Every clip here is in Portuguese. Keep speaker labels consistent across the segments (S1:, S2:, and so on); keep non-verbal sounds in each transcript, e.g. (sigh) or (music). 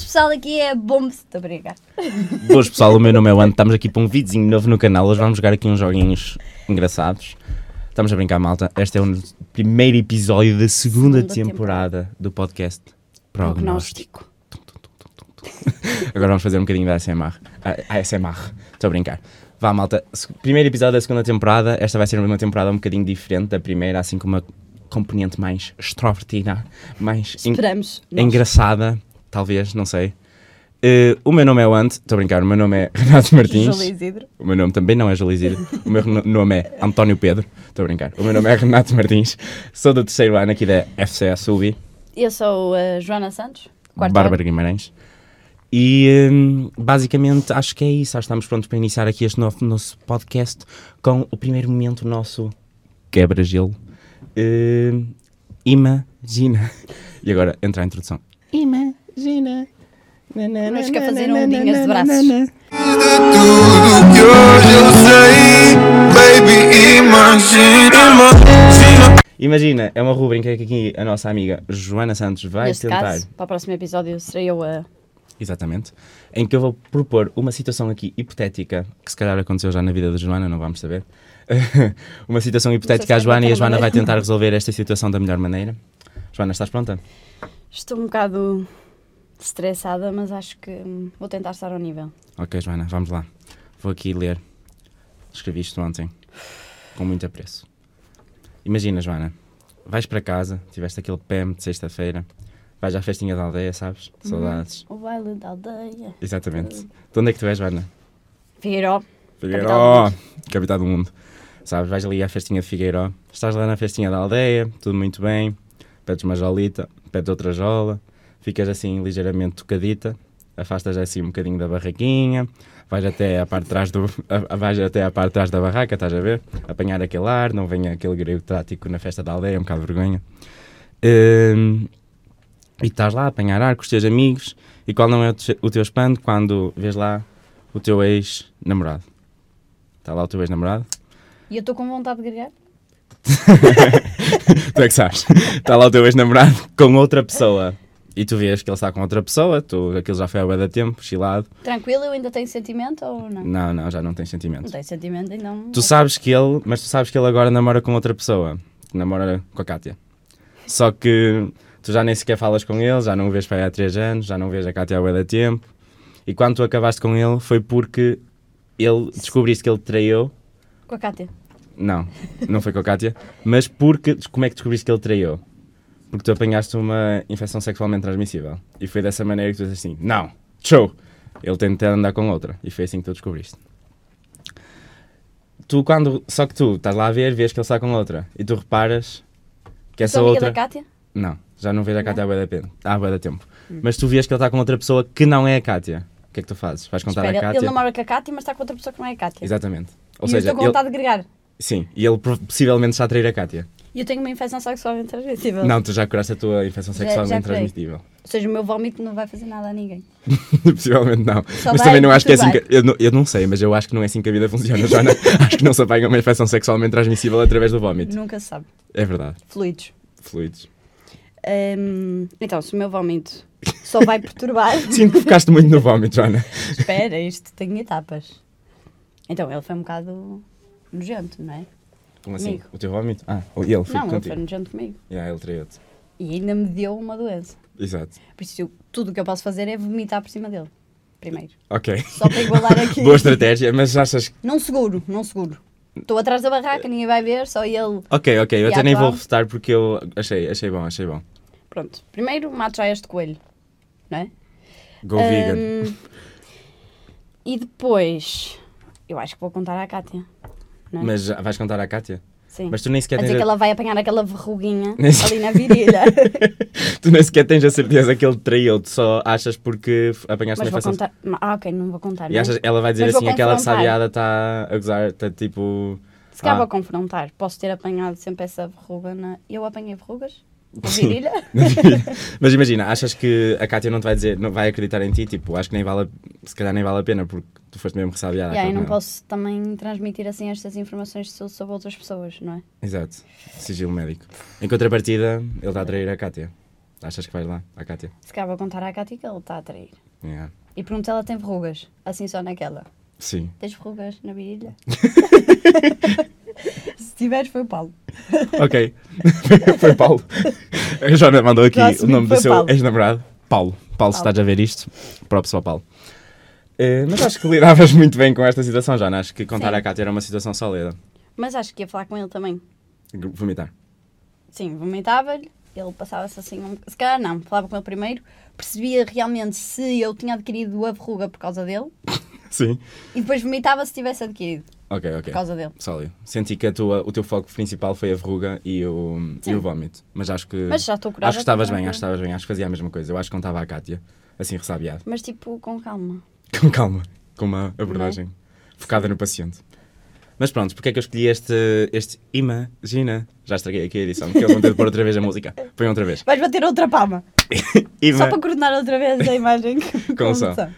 S1: pessoal, aqui é Bomb. Estou a brincar.
S2: Boas pessoal, o meu nome é o Ant, estamos aqui para um videozinho novo no canal, hoje vamos jogar aqui uns joguinhos engraçados. Estamos a brincar, malta. Este é o primeiro episódio da segunda,
S3: Segunda
S2: temporada, do podcast Prognóstico.
S3: Prognóstico.
S2: Agora vamos fazer um bocadinho da ASMR. Ah, ASMR, estou a brincar. Vá, malta. Se- Primeiro episódio da segunda temporada. Esta vai ser uma temporada um bocadinho diferente da primeira, assim como uma componente mais extrovertida, mais en-
S3: Esperamos. nós.
S2: engraçada, talvez, não sei. Eh, o meu nome é Ant, estou a brincar, o meu nome é (laughs) Renato Martins.
S3: Júlio Isidro.
S2: O meu nome também não é Jalizir. O meu reno- nome é António Pedro. Estou a brincar. O meu nome é Renato Martins. Sou do terceiro ano aqui da FCA Subi,
S3: (laughs) Eu sou a Joana Santos. Quarto
S2: Bárbara Guimarães. E hum, basicamente acho que é isso. Acho que estamos prontos para iniciar aqui este novo, nosso podcast com o primeiro momento nosso quebra-gelo. Hum, imagina. E agora entra a introdução. Imagina.
S3: Vamos ficar a
S4: um-
S3: fazer ondinhas de braços.
S5: tudo que hoje eu sei. Baby, imagina, imagina.
S2: Imagina, é uma rubrica que aqui a nossa amiga Joana Santos vai
S3: Neste
S2: tentar.
S3: caso, para o próximo episódio, serei eu a.
S2: Exatamente. Em que eu vou propor uma situação aqui hipotética, que se calhar aconteceu já na vida da Joana, não vamos saber. (laughs) uma situação hipotética à
S3: vai
S2: Joana e a
S3: daquela
S2: Joana vai
S3: maneira.
S2: tentar resolver esta situação da melhor maneira. Joana, estás pronta?
S3: Estou um bocado estressada, mas acho que hum, vou tentar estar ao nível.
S2: Ok, Joana, vamos lá. Vou aqui ler. Escrevi isto ontem, com muito apreço. Imagina, Joana, vais para casa, tiveste aquele PM de sexta-feira, vais à festinha da aldeia, sabes?
S3: Uhum.
S2: Saudades.
S3: O baile da aldeia.
S2: Exatamente. De onde é que tu és, Joana?
S3: Figueiró.
S2: Figueiró, capital do mundo. Sabes, vais ali à festinha de Figueiró, estás lá na festinha da aldeia, tudo muito bem, pedes uma jolita, pedes outra jola, ficas assim ligeiramente tocadita, afastas assim um bocadinho da barraquinha, vais até à parte de trás, do, a- a- vais até à parte de trás da barraca, estás a ver? Apanhar aquele ar, não venha aquele grego trático na festa da aldeia, é um bocado de vergonha. Hum, e estás lá a apanhar ar com os teus amigos, e qual não é o te- o teu espanto quando vês lá o teu ex-namorado? Está Tá lá o teu ex-namorado? (laughs)
S3: E eu estou com vontade de gritar.
S2: tu é que sabes. Está lá o teu ex-namorado com outra pessoa. E tu vês que ele está com outra pessoa, tu, aquilo já foi há bué da tempo, chilado.
S3: Tranquilo, eu ainda tenho sentimento ou não?
S2: Não, não, já não tens sentimento.
S3: Não tenho sentimento, então.
S2: Tu sabes que ele, mas tu sabes que ele agora namora com outra pessoa. Namora com a Kátia. Só que tu já nem sequer falas com ele, já não o vês para aí há 3 anos, já não vês a Kátia há bué da tempo. E quando tu acabaste com ele, foi porque ele descobriste que ele te traiu
S3: Com a Cátia.
S2: Não, não foi com a Kátia. Mas porque, como é que descobriste que ele traiu? Porque tu apanhaste uma infecção sexualmente transmissível. E foi dessa maneira que tu disseste assim: não, show! Ele tenta andar com outra. E foi assim que tu descobriste. Tu, quando. Só que tu estás lá a ver, vês que ele está com outra. E tu reparas que essa
S3: Sou amiga
S2: outra.
S3: da Cátia?
S2: Não, já não vejo a Kátia há bué da pena- há bué da tempo. Mas tu vês que ele está com outra pessoa que não é a Kátia. O que é que tu fazes? Vais contar
S3: Espera,
S2: à Kátia?
S3: ele namora com a Cátia, mas está com outra pessoa que não é a Cátia.
S2: Exatamente. Ou
S3: e
S2: seja,
S3: eu estou com
S2: ele-
S3: vontade de gritar.
S2: sim, e ele pro- possivelmente está a trair a Kátia.
S3: E eu tenho uma infecção sexualmente transmissível.
S2: Não, tu já curaste a tua infecção
S3: Já-
S2: sexualmente
S3: já curei.
S2: transmitível.
S3: Ou seja, o meu vómito não vai fazer nada a ninguém.
S2: (laughs) Possivelmente não.
S3: Só
S2: mas
S3: vai
S2: também não acho que é assim que.
S3: perturbar.
S2: Eu não, eu não sei, mas eu acho que não é assim que a vida funciona, (laughs) Joana. acho que não se apanha uma infecção sexualmente transmissível através do vómito.
S3: Nunca se sabe.
S2: É verdade.
S3: Fluidos.
S2: Fluidos.
S3: Hum, então, se o meu vómito só vai perturbar.
S2: (laughs) Sinto que focaste muito no vómito, Joana.
S3: Espera, isto tem etapas. Então, ele foi um bocado nojento, não é?
S2: Como assim?
S3: Comigo.
S2: O teu vómito? Ah, ele foi
S3: não, ele foi
S2: contigo.
S3: nojento comigo.
S2: Yeah, ele traiu-te.
S3: E ainda me deu uma doença.
S2: Exato.
S3: Por isso, eu- tudo o que eu posso fazer é vomitar por cima dele. Primeiro.
S2: Ok.
S3: Só
S2: (laughs)
S3: para igualar aqui.
S2: Boa estratégia, mas achas que.
S3: Não seguro, não seguro. Estou atrás da barraca, ninguém vai ver, só ele.
S2: Ok, ok, eu
S3: E
S2: até nem vou
S3: atual?
S2: votar porque eu achei, achei bom, achei bom.
S3: Pronto. Primeiro, mato já este coelho, não é?
S2: Go vegan.
S3: Hum, e depois, eu acho que vou contar à Cátia. não é?
S2: Mas já- vais contar à Kátia?
S3: Sim.
S2: Mas tu nem sequer
S3: A
S2: tens.
S3: dizer
S2: a-
S3: que ela vai apanhar
S2: (laughs)
S3: aquela verruguinha
S2: Nesse-
S3: ali
S2: (laughs)
S3: na virilha.
S2: Tu nem sequer tens a certeza que ele te traiu, tu só achas porque f- apanhaste
S3: Mas
S2: uma
S3: vou
S2: infecção.
S3: contar. Ah, ok, não vou contar.
S2: E
S3: não é?
S2: achas, ela vai dizer
S3: Mas vou
S2: assim, aquela
S3: confrontar.
S2: sabiada está tá a gozar, está tipo.
S3: Se calhar
S2: ah,
S3: vou confrontar. Posso ter apanhado sempre essa verruga na. Eu apanhei
S2: (laughs)
S3: verrugas? Na virilha? (laughs)
S2: Mas imagina, achas que a Kátia não te vai dizer, não vai acreditar em ti, tipo, acho que nem vale, a- se calhar nem vale a pena porque tu foste mesmo ressabiada.
S3: e aí
S2: com
S3: não
S2: ela.
S3: posso também transmitir assim estas informações so- sobre outras pessoas, não é?
S2: Exato, sigilo médico. Em tá contrapartida, ele está a trair a Kátia. Achas que vais lá, a Kátia?
S3: Se calhar vou contar à Cátia que ele está a trair.
S2: Yeah.
S3: E pergunto se ela tem verrugas. Assim só naquela.
S2: Sim.
S3: Tens verrugas
S2: (laughs)
S3: na virilha? se tiveres, foi o Paulo.
S2: Ok. (laughs) foi Paulo. A Joana mandou aqui
S3: Já assumi
S2: o nome
S3: que foi
S2: do seu
S3: Paulo.
S2: ex-namorado. Paulo. Paulo, se estás a ver isto, próprio só Paulo. Eh, mas acho que lidavas (laughs) muito bem com esta situação, Joana. Acho que contar
S3: Sim.
S2: a Cátia era uma situação sólida.
S3: (laughs) Mas acho que ia falar com ele também.
S2: Vomitar.
S3: Sim, vomitava-lhe, ele passava-se assim, um... se calhar não, falava com ele primeiro, percebia realmente se eu tinha adquirido a verruga por causa dele
S2: Sim.
S3: e depois vomitava se tivesse adquirido
S2: Ok, ok.
S3: por causa dele.
S2: Sólido. Senti que a tua, o teu foco principal foi a verruga e o, e
S3: Sim.
S2: o vómito. Mas acho que.
S3: Mas já estou curada, é?
S2: Acho que estavas
S3: estou
S2: bem, acho que
S3: tranquila.
S2: estavas bem. Acho que fazia a mesma coisa. Eu acho que contava à Cátia, assim ressabiado.
S3: Mas tipo, com calma.
S2: (laughs) Com calma. Com uma abordagem focada no paciente. Mas pronto, porque é que eu escolhi este, este Imagina? Já estraguei aqui a edição, porque eles vão ter de pôr outra vez a música. Põe outra vez.
S3: Vais bater outra palma,
S2: Ima...
S3: só para coordenar outra vez a imagem
S2: (laughs)
S3: que
S2: Com o som.
S3: som.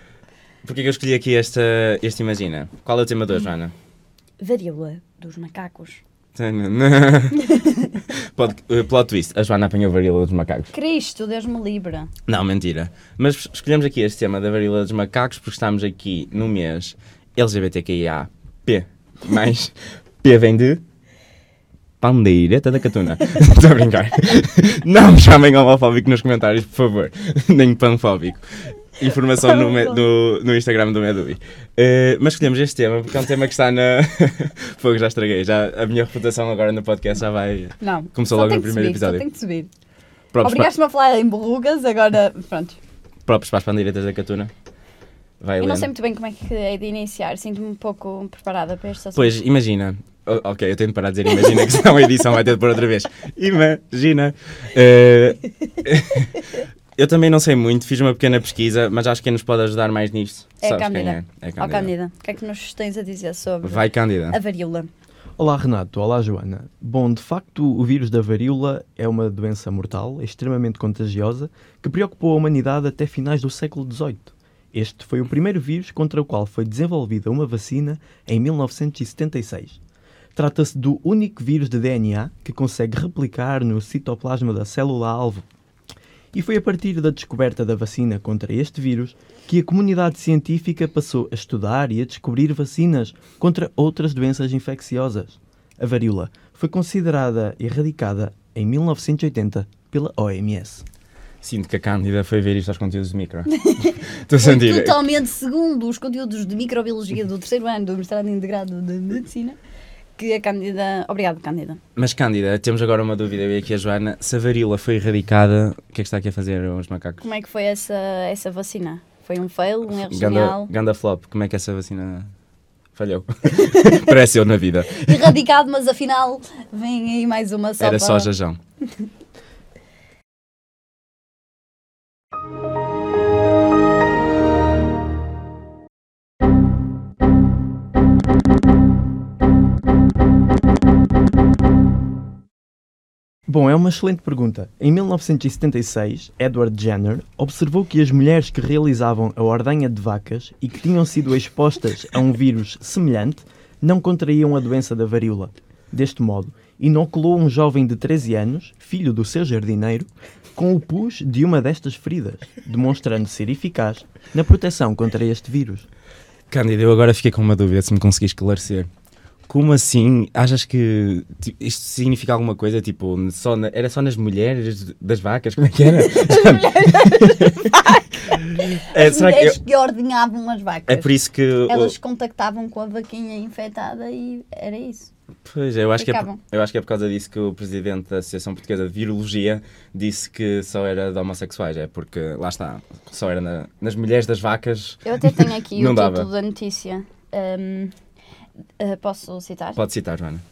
S2: Porque é que eu escolhi aqui este, este Imagina? Qual é o tema de hoje, Ana?
S3: Varíola dos macacos.
S2: Tanana. (laughs) Pod, eh, plot twist. A Joana apanhou a varíola dos macacos.
S3: Cristo, Deus me livra.
S2: Não, mentira. Mas escolhemos aqui este tema da varíola dos macacos porque estamos aqui no mês LGBTQIA P. Mais P vem de pandeireta da catuna. (laughs) Estou a brincar. Não me chamem homofóbico nos comentários, por favor. Nem panfóbico. Informação no, me- no, no Instagram do Medubi. Eh, mas escolhemos este tema porque é um tema que está na. (laughs) Fogo, já estraguei. Já, a minha reputação agora no podcast já vai.
S3: Não,
S2: Começou
S3: só
S2: logo
S3: tem
S2: no
S3: que
S2: primeiro
S3: subir, só
S2: episódio.
S3: tem que subir.
S2: Próprios pa-
S3: Obrigaste-me a falar em verrugas, agora pronto.
S2: próprios para as pandeiretas da catuna. Vai,
S3: Eu não
S2: Helena.
S3: sei muito bem como é que é de iniciar, sinto-me um pouco preparada para este assunto.
S2: Pois, imagina. O- ok, eu tenho de parar de dizer imagina, que senão a edição vai ter de pôr outra vez. Imagina. Eh, (laughs) eu também não sei muito, fiz uma pequena pesquisa, mas acho que quem nos pode ajudar mais nisto.
S3: É a
S2: Sabes quem
S3: Cândida.
S2: É, é a Cândida.
S3: Ó Cândida, o que é que nos tens a dizer sobre
S2: Vai, Cândida. (laughs)
S3: a varíola?
S6: Olá Renato, olá Joana. Bom, de facto, o vírus da varíola é uma doença mortal, extremamente contagiosa, que preocupou a humanidade até finais do século XVIII. Este foi o primeiro vírus contra o qual foi desenvolvida uma vacina em 1976. Trata-se do único vírus de DNA que consegue replicar no citoplasma da célula-alvo. E foi a partir da descoberta da vacina contra este vírus que a comunidade científica passou a estudar e a descobrir vacinas contra outras doenças infecciosas. A varíola foi considerada erradicada em 1980 pela OMS.
S2: Sinto que a Cândida foi ver isto aos conteúdos do
S3: (laughs)
S2: micro. Estou a sentir.
S3: Totalmente segundo os conteúdos de microbiologia do terceiro ano do mestrado integrado de medicina, que a Cândida. Obrigado, Cândida.
S2: Mas, Cândida, temos agora uma dúvida. Eu e aqui a Joana. Se a varíola foi erradicada, o que é que está aqui a fazer os macacos?
S3: Como é que foi essa, essa vacina? Foi um fail, um erro
S2: Ganda,
S3: genial?
S2: ganda flop, como é que essa vacina falhou? (laughs) Parece eu na vida.
S3: Erradicado, mas afinal vem aí mais uma só.
S2: Era
S3: para-
S2: só
S3: (laughs)
S2: jajão.
S6: Bom, é uma excelente pergunta. Em 1976, Edward Jenner observou que as mulheres que realizavam a ordenha de vacas e que tinham sido expostas a um vírus semelhante não contraíam a doença da varíola. Deste modo, inoculou um jovem de 13 anos, filho do seu jardineiro, com o pus de uma destas feridas, demonstrando ser eficaz na proteção contra este vírus.
S2: Cândida, eu agora fiquei com uma dúvida, se me conseguir esclarecer. Como assim? Achas que ti- isto significa alguma coisa? Tipo, só na- era só nas mulheres das vacas? Como é
S3: (laughs)
S2: que era? é,
S3: As
S2: será que
S3: mulheres
S2: eu-
S3: que ordenhavam as vacas.
S2: é por isso que. o-
S3: Elas contactavam com a vaquinha infectada e era isso.
S2: Pois, eu acho, que é por,
S3: Ficavam.
S2: eu acho que é por causa disso que o presidente da Associação Portuguesa de Virologia disse que só era de homossexuais. É porque, lá está, só era na- nas mulheres das vacas.
S3: Eu até tenho
S2: (laughs)
S3: aqui
S2: Não
S3: o
S2: dava.
S3: título da notícia. Ahm, ah, posso citar?
S2: Pode citar, Joana.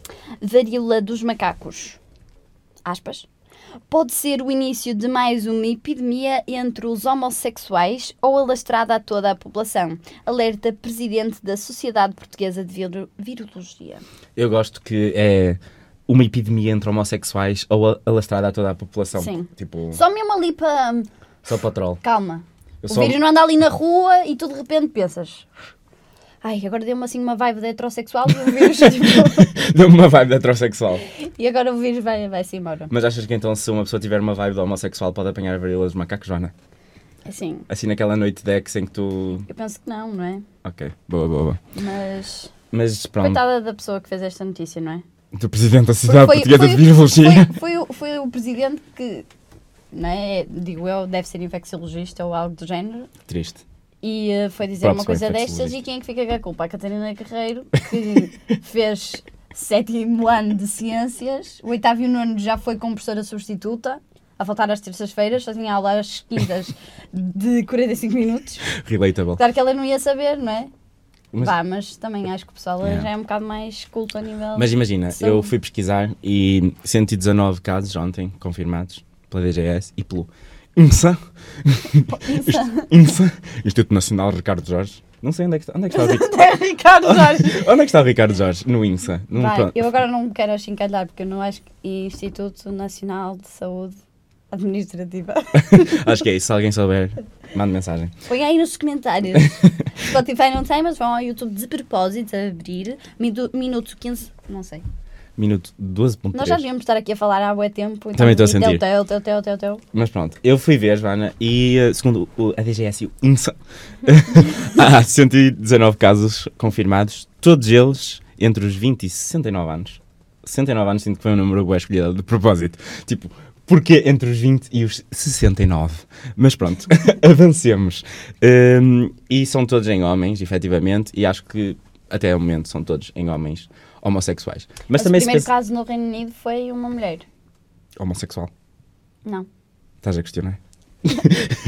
S3: Varíola dos macacos. Aspas. Pode ser o início de mais uma epidemia entre os homossexuais ou alastrada a toda a população, alerta presidente da Sociedade Portuguesa de Viro- Virologia.
S2: Eu gosto que é uma epidemia entre homossexuais ou a- alastrada a toda a população.
S3: Sim.
S2: Tipo, só,
S3: Só mesmo ali para. hum,
S2: para o troll.
S3: Calma.
S2: Eu
S3: o
S2: só-
S3: vírus não anda ali na rua e tu de repente pensas. Ai, agora deu-me assim uma vibe de heterossexual e o vírus. (laughs) tipo,
S2: (laughs) Deu-me uma vibe de heterossexual.
S3: e agora o vírus vai- vai-se embora.
S2: Mas achas que então se uma pessoa tiver uma vibe de homossexual pode apanhar a varíola dos macacos, Joana?
S3: Assim,
S2: Assim naquela noite Dex em que tu.
S3: eu penso que não, não é?
S2: Ok, boa, boa, boa.
S3: Mas.
S2: Mas pronto,
S3: Coitada da pessoa que fez esta notícia, não é?
S2: do presidente da Sociedade
S3: Foi-
S2: é Portuguesa
S3: foi-
S2: de Virologia.
S3: Foi, foi, o- foi o presidente que, não é? Digo eu, deve ser infecciologista ou algo do género.
S2: (laughs) Triste.
S3: E eh, foi dizer
S2: Pronto,
S3: uma
S2: sou
S3: coisa destas
S2: infecciologista.
S3: e quem é que fica com a culpa? A Catarina Carreiro, que (laughs) fez sétimo ano de ciências, o oitavo e o nono já foi como professora substituta, a faltar às terças-feiras, só tinha aula às quintas de 45 minutos.
S2: Relatable.
S3: Claro que ela não ia saber, não é?
S2: Mas-
S3: Vá, mas também acho que o pessoal
S2: Yeah.
S3: já é um bocado mais culto a nível...
S2: Mas imagina,
S3: São-
S2: eu fui pesquisar e 119 casos ontem confirmados pela DGS e pelo INSA,
S3: Isso.
S2: INSA Instituto Nacional Ricardo Jorge. Não sei onde é que está, onde é que (laughs) está, o Ric-
S3: um (laughs) Ricardo
S2: (laughs)
S3: Jorge.
S2: onde é que está o Ricardo Jorge, no INSA. Num-
S3: Vai,
S2: pronto.
S3: eu agora não quero achincalhar porque eu não acho que Instituto Nacional de Saúde
S2: (laughs)
S3: Administrativa.
S2: Acho que é isso, se alguém souber, manda mensagem.
S3: Põe aí nos comentários. Spotify não tem, mas vão ao YouTube de propósito a abrir. Minu- Minuto 15. Não sei.
S2: Minuto
S3: Nós
S2: 12.3.
S3: já devíamos estar aqui a falar há bué tempo. então
S2: Também estou a
S3: teu,
S2: sentir.
S3: Teu, teu, teu, teu, teu.
S2: Mas pronto, eu fui ver, Joana, e eh, segundo o- a DGS e o INSA, (laughs) há 119 casos confirmados, todos eles entre os 20 e 69 anos. 69 anos sinto que foi um número bem escolhido de propósito. Tipo, porquê entre os 20 e os 69? Mas pronto, (laughs) avancemos. Hum, e são todos em homens, efetivamente, e acho que até o momento são todos em homens homossexuais. Mas,
S3: Mas
S2: também
S3: o
S2: se
S3: primeiro
S2: pensa...
S3: caso no Reino Unido foi uma mulher.
S2: Homossexual,
S3: Não.
S2: estás a questionar?
S3: (laughs)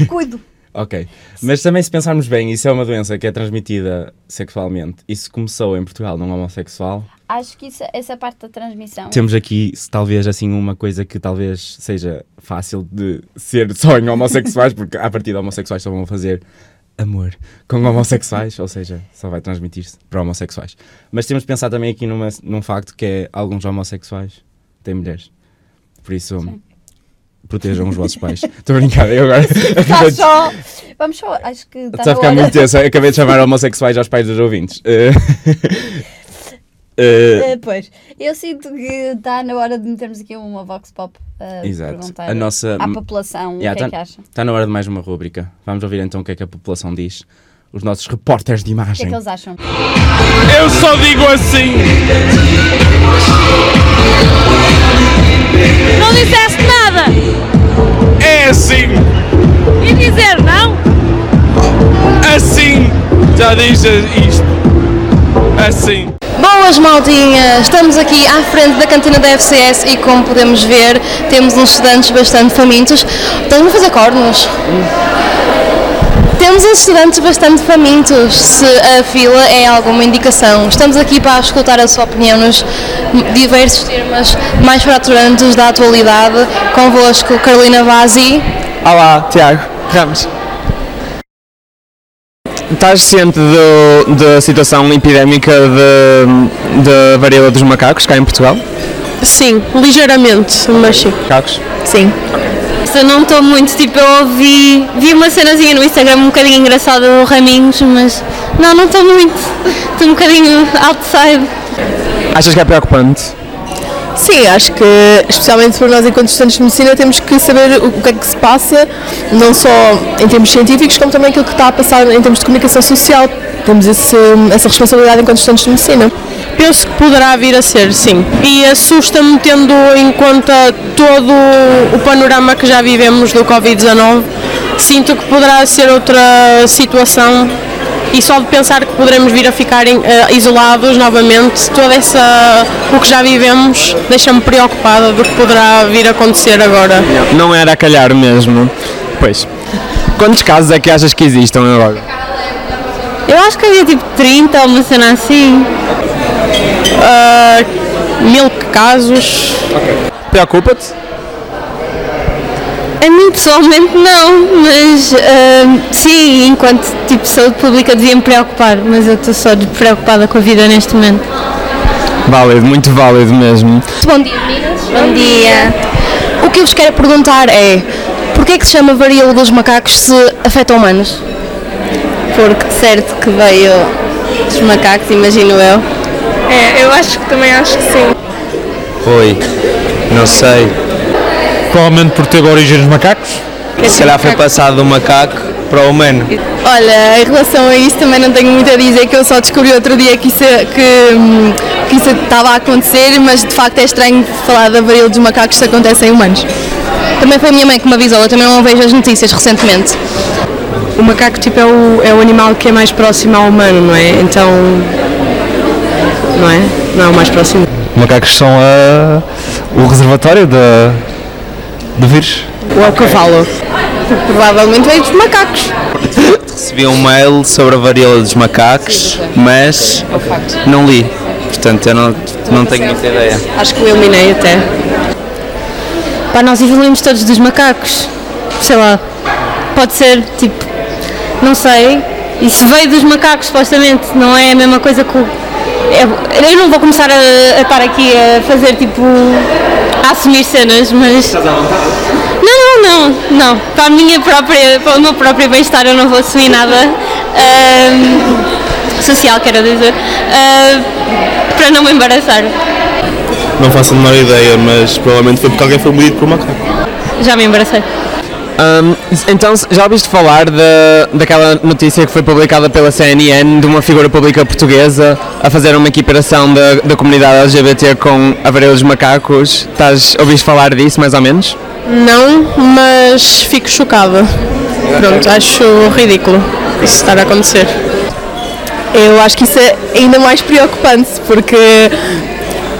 S3: Cuido.
S2: Ok. Mas também se pensarmos bem, isso é uma doença que é transmitida sexualmente. Isso começou em Portugal num homossexual.
S3: Acho que isso- essa parte da transmissão.
S2: Temos aqui, se talvez, assim, uma coisa que talvez seja fácil de ser só em
S3: (laughs)
S2: homossexuais, porque a partir de homossexuais só vão fazer amor com homossexuais, ou seja, só vai transmitir-se para homossexuais. Mas temos de pensar também aqui numa- num facto que é alguns homossexuais têm mulheres. Por isso, protejam os vossos pais. Estou a brincar, eu
S3: (laughs)
S2: agora...
S3: Tá
S2: (laughs)
S3: só. Vamos só. Acho que está
S2: Está a
S3: Tá na
S2: ficar
S3: hora.
S2: muito tenso. Eu Acabei de chamar homossexuais aos pais dos
S3: (laughs)
S2: ouvintes. Eh, eh,
S3: Eh, pois. Eu sinto que está na hora de metermos aqui uma vox pop. A
S2: Exato.
S3: Perguntar
S2: A nossa-
S3: Eh, à população
S2: yeah,
S3: o que é
S2: tá-
S3: que acha.
S2: Está na hora de mais uma rúbrica. Vamos ouvir então o que é que a população diz. Os nossos repórteres de
S3: O que é
S2: imagem.
S3: que eles acham?
S2: Eu só digo assim!
S1: Não disseste nada!
S2: É assim!
S1: E dizer não?
S2: Assim! Já diz isto. Assim!
S7: Boas maldinhas! Estamos aqui à frente da cantina da FCS e como podemos ver temos uns estudantes bastante famintos. Estás-me a fazer cornos? Temos uns estudantes bastante famintos, se a fila é alguma indicação. Estamos aqui para escutar a sua opinião nos diversos temas mais fraturantes da atualidade. Convosco, Carolina Vazzi.
S8: Olá, Tiago Ramos. Estás ciente do- da situação epidémica de, de varíola dos macacos cá em Portugal?
S4: Sim, ligeiramente, mas sim.
S8: Macacos?
S4: Sim.
S7: Se eu não estou muito, tipo, eu vi, vi uma cenazinha no Instagram um bocadinho engraçada do Raminhos, mas não, não estou muito. Estou um bocadinho outside.
S8: Achas que é preocupante?
S4: Sim, acho que, especialmente para nós enquanto estudantes de medicina, temos que saber o o que é que se passa, não só em termos científicos, como também aquilo que está a passar em termos de comunicação social. Temos esse, essa responsabilidade enquanto estudantes de medicina. Penso que poderá vir a ser, sim. E assusta-me tendo em conta todo o panorama que já vivemos do Covid-19. Sinto que poderá ser outra situação E só de pensar que poderemos vir a ficar em- eh, isolados novamente, toda essa o que já vivemos deixa-me preocupada do que poderá vir a acontecer agora.
S8: Não era a calhar mesmo. Pois. Quantos casos é que achas que existam agora?
S7: Eu acho que havia tipo 30 ou uma cena assim.
S4: Ah, Mil casos.
S8: Preocupa-te?
S7: A mim pessoalmente não, mas ah, sim, enquanto tipo saúde pública devia me preocupar, mas eu estou só de- preocupada com a vida neste momento.
S8: Válido, muito válido mesmo.
S7: Bom dia, meninas. Bom
S4: dia. O que eu vos quero perguntar é, porquê é que se chama varíola dos macacos se afeta humanos?
S7: Porque de certo que veio dos macacos, imagino eu.
S4: É, eu acho que também acho que sim.
S8: Foi. Não sei.
S9: Provavelmente por ter origens macacos.
S8: Se calhar foi passado
S10: um
S8: do macaco para o humano.
S4: Olha, em relação a isso também não tenho muito a dizer, que eu só descobri outro dia que isso, que, hum, que isso estava a acontecer, mas de facto é estranho falar da varíola dos macacos se acontece em humanos.
S7: Também foi a minha mãe que me avisou, eu também não vejo as notícias recentemente.
S9: O macaco tipo é o, é o animal que é mais próximo ao humano, não é? Então. Não é? Não é o mais próximo.
S8: Macacos são ah, o reservatório da do vírus.
S9: Ou é o cavalo.
S4: Provavelmente veio dos macacos.
S8: Recebi um mail sobre a varíola dos macacos, mas
S11: É
S8: não li. Portanto, eu não, não tenho muita ideia.
S11: assim.
S9: Acho que o eliminei até.
S12: Pá, nós evoluímos todos dos macacos. Sei lá. Pode ser, tipo. Não sei. Isso veio dos macacos, supostamente. Não é a mesma coisa que o. é- Eu não vou começar a, a estar aqui a fazer, tipo. a assumir cenas, mas. Não, não, não. Não. Para, a minha própria, para o meu próprio bem-estar, eu não vou assumir nada. ahm, social, quero dizer. Ah, para não me embaraçar.
S13: Não faço a menor ideia, mas provavelmente foi porque alguém foi mordido por um macaco.
S12: Já me embaracei.
S8: Ahm, então, já ouviste falar da, daquela notícia que foi publicada pela CNN de uma figura pública portuguesa a fazer uma equiparação da, da comunidade LGBT com a varíola dos macacos? Estás, ouviste falar disso, mais ou menos?
S4: Não, mas fico chocada. Pronto, acho ridículo isso estar a acontecer. Eu acho que isso é ainda mais preocupante, porque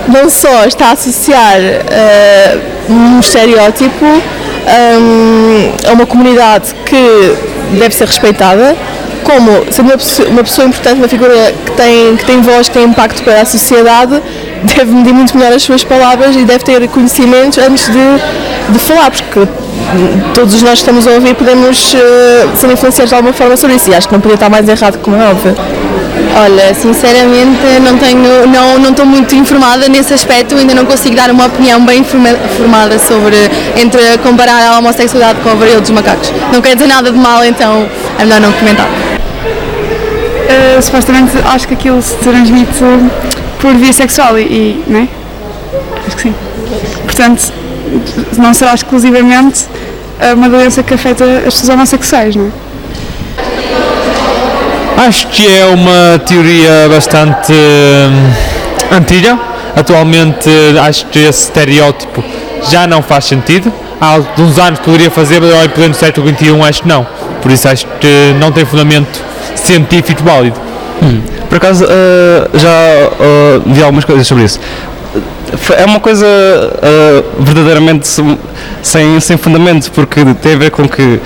S4: não só está a associar eh, um estereótipo hum, a uma comunidade que deve ser respeitada, como sendo uma pessoa, uma pessoa importante, uma figura que tem, que tem voz, que tem impacto para a sociedade, (laughs) deve medir muito melhor as suas palavras e deve ter conhecimentos antes de, de falar, porque hum, todos nós que estamos a ouvir e podemos eh, ser influenciados de alguma forma sobre isso e acho que não podia estar mais errado como é óbvio.
S12: Olha, sinceramente não tenho, não não estou muito informada nesse aspecto, ainda não consigo dar uma opinião bem forma- formada sobre entre comparar a homossexualidade com a varíola dos macacos. Não quero dizer nada de mal, então é melhor não comentar.
S9: Eh, supostamente acho que aquilo se transmite por via sexual e, e não é? Acho que sim. Portanto, não será exclusivamente eh, uma doença que afeta as pessoas homossexuais, não é?
S13: Acho que é uma teoria bastante hum, antiga. Atualmente acho que esse estereótipo já não faz sentido. Há uns anos poderia fazer, mas agora em pleno século XXI acho que não. Por isso acho que não tem fundamento científico válido.
S8: Por acaso, ah, já ah, vi algumas coisas sobre isso. Foi- É uma coisa ah, verdadeiramente sem- sem, sem fundamento, porque tem a ver com que,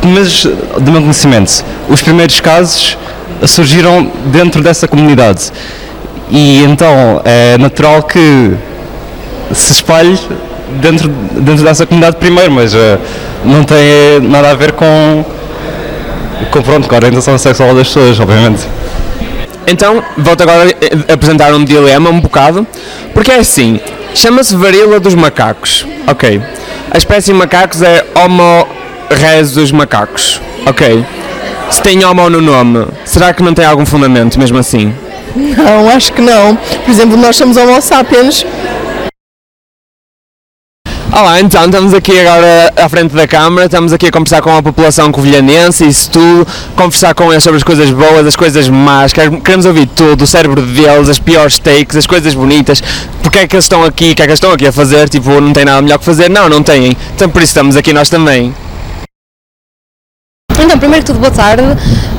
S8: pelo menos do meu conhecimento, os primeiros casos surgiram dentro dessa comunidade. E então é natural que se espalhe dentro, dentro dessa comunidade primeiro, mas ah, não tem nada a ver com, com, pronto, com a orientação sexual das pessoas, obviamente. Então, volto agora a apresentar um dilema um bocado, porque é assim, chama-se varíola dos macacos, ok. A espécie de macacos é Homo res dos macacos, ok. Se tem Homo no nome, será que não tem algum fundamento mesmo assim?
S4: Não, acho que não. Por exemplo, nós somos homo sapiens.
S8: Olá, então estamos aqui agora à frente da Câmara, estamos aqui a conversar com a população covilhanense, isso tudo, conversar com eles sobre as coisas boas, as coisas más, quer- queremos ouvir tudo, o cérebro deles, as piores takes, as coisas bonitas, porque é que eles estão aqui, o que é que eles estão aqui a fazer, tipo, não tem nada melhor que fazer, não, não têm, então por isso estamos aqui nós também.
S7: Então, primeiro que tudo, boa tarde.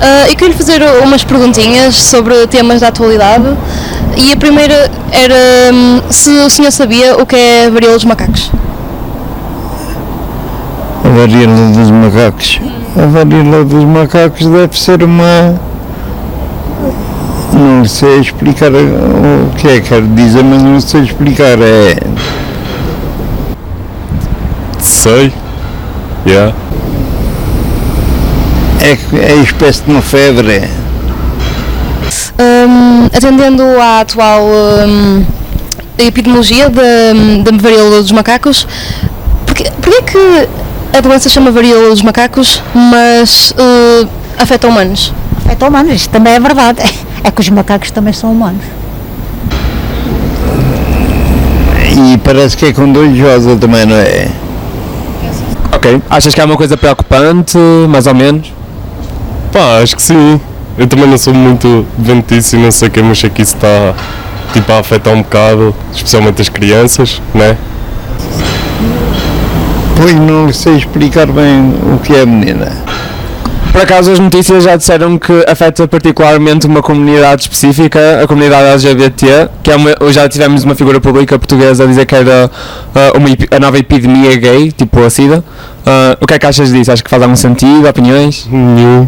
S7: Ah, eu queria lhe fazer umas perguntinhas sobre temas da atualidade. E a primeira era hum, se o senhor sabia o que é varíola dos macacos.
S13: A varíola dos macacos. A varíola dos macacos deve ser uma. Não sei explicar o que é que quero dizer, mas não sei explicar. É. Sei. Yeah. É, que- é espécie de uma febre.
S7: Hum, atendendo à atual hum, epidemiologia da, hum, da varíola dos macacos, porquê, porquê é que a doença se chama varíola dos macacos, mas hum, afeta humanos?
S12: Afeta humanos, isto também é verdade. É que os macacos também são humanos.
S13: E parece que é contagiosa também, não é?
S14: Ok. Achas que há uma coisa preocupante, mais ou menos?
S15: Pá, acho que sim. Eu também não sou muito doente disso e não sei quem, mas sei que isso está tipo, a afetar um bocado, especialmente as crianças, né?
S16: Pois não sei explicar bem o que é, menina.
S14: Por acaso as notícias já disseram que afeta particularmente uma comunidade específica, a comunidade LGBT, que é uma, já tivemos uma figura pública portuguesa a dizer que era ah, uma, epi- a nova epidemia gay, tipo a SIDA. Ah, o que é que achas disso? Acho que faz algum sentido? Opiniões?
S15: Nenhum.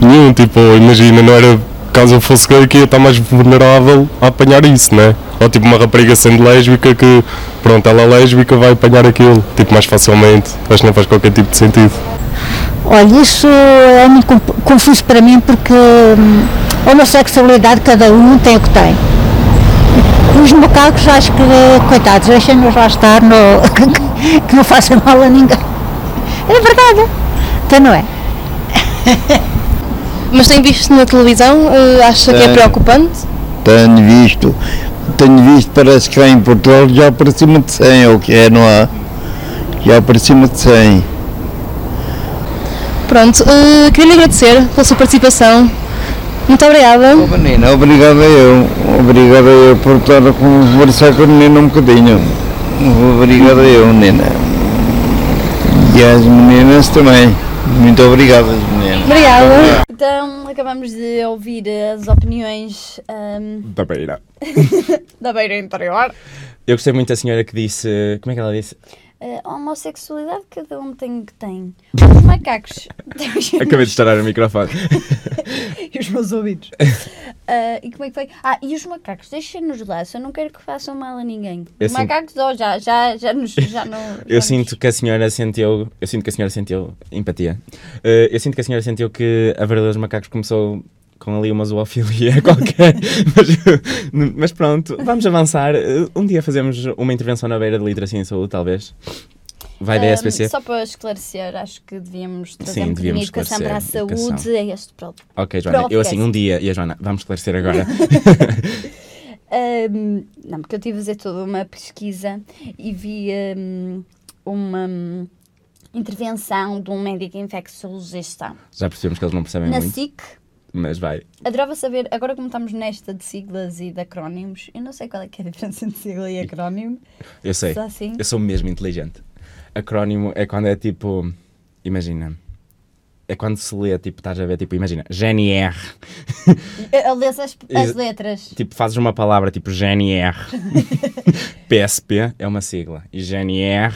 S15: Nenhum, tipo, imagina, não era caso eu fosse gay que ia estar mais vulnerável a apanhar isso, né? Ou tipo uma rapariga sendo lésbica que, pronto, ela é lésbica vai apanhar aquilo, tipo, mais facilmente. Acho que não faz qualquer tipo de sentido.
S17: Olha, isso é muito conf- confuso para mim porque hum, a homossexualidade cada um tem o que tem. Os macacos acho que, coitados, deixem-nos lá estar, no- (laughs) que, que não faça mal a ninguém. É verdade,
S12: (laughs)
S17: então não é?
S7: Mas tem visto na televisão? eh, acha que é
S16: Tenho.
S7: preocupante?
S16: Tenho visto, tenho visto, parece que cá em Portugal já para cima de 100, ou que é, não há? Já para cima de 100.
S7: Pronto, eh, queria lhe agradecer pela sua participação. Muito obrigada.
S16: Menina, obrigado a eu, obrigado a eu por estar a conversar com a menina um bocadinho. Obrigado a eu, menina. E às meninas também. Muito obrigado, às meninas.
S3: Então, acabamos de ouvir as opiniões ahm,
S2: Da beira.
S3: da beira interior.
S2: Tá Eu gostei muito da senhora que disse. Como é que ela disse?
S3: Eh, a homossexualidade cada um tem o que tem. Os macacos. têm
S2: (laughs)
S3: os-
S2: Acabei de estourar o microfone.
S3: (laughs) e os
S2: (laughs)
S3: meus ouvidos. Ah, e como é que foi? Ah, e os macacos, deixem-nos lá, se eu não quero que façam mal a ninguém.
S2: Eu
S3: Os
S2: sinto-
S3: macacos, ó, já, já, já, nos,
S2: (laughs)
S3: já não.
S2: É assim. Eu sinto que a senhora sentiu, eu sinto que a senhora sentiu empatia. Eh, eu sinto que a senhora sentiu que a verdade dos macacos começou com ali uma zoofilia (laughs) qualquer. mas, mas pronto, vamos avançar. Eh, Um dia fazemos uma intervenção na beira de literacia em saúde, talvez. Vai da
S3: Ahm,
S2: SPC.
S3: Só para esclarecer, acho que devíamos trazer
S2: Sim,
S3: um bocadinho de
S2: devíamos
S3: educação para a
S2: esclarecer,
S3: saúde
S2: educação.
S3: é este pro-
S2: Ok, Joana, eu assim
S3: podcast.
S2: um dia, e a Joana, vamos esclarecer
S3: (laughs)
S2: agora. (laughs)
S3: Ahm, não, porque eu tive a fazer toda uma pesquisa e vi ahm, uma hum, intervenção de um médico infecciologista
S2: Já percebemos que eles não percebem
S3: na
S2: muito.
S3: SIC.
S2: Mas vai.
S3: Adorava saber, agora como estamos nesta de siglas e de acrónimos, eu não sei qual é, que é a diferença entre sigla e acrónimo.
S2: Eu sei.
S3: Só assim.
S2: Eu sou mesmo inteligente. Acrónimo é quando é tipo. Imagina. É quando se lê, tipo, estás a ver, tipo, imagina, GNR.
S3: Eu leio as, as
S2: Ex-
S3: letras.
S2: Tipo, fazes uma palavra tipo
S3: (laughs)
S2: GNR. PSP é uma sigla. E GNR.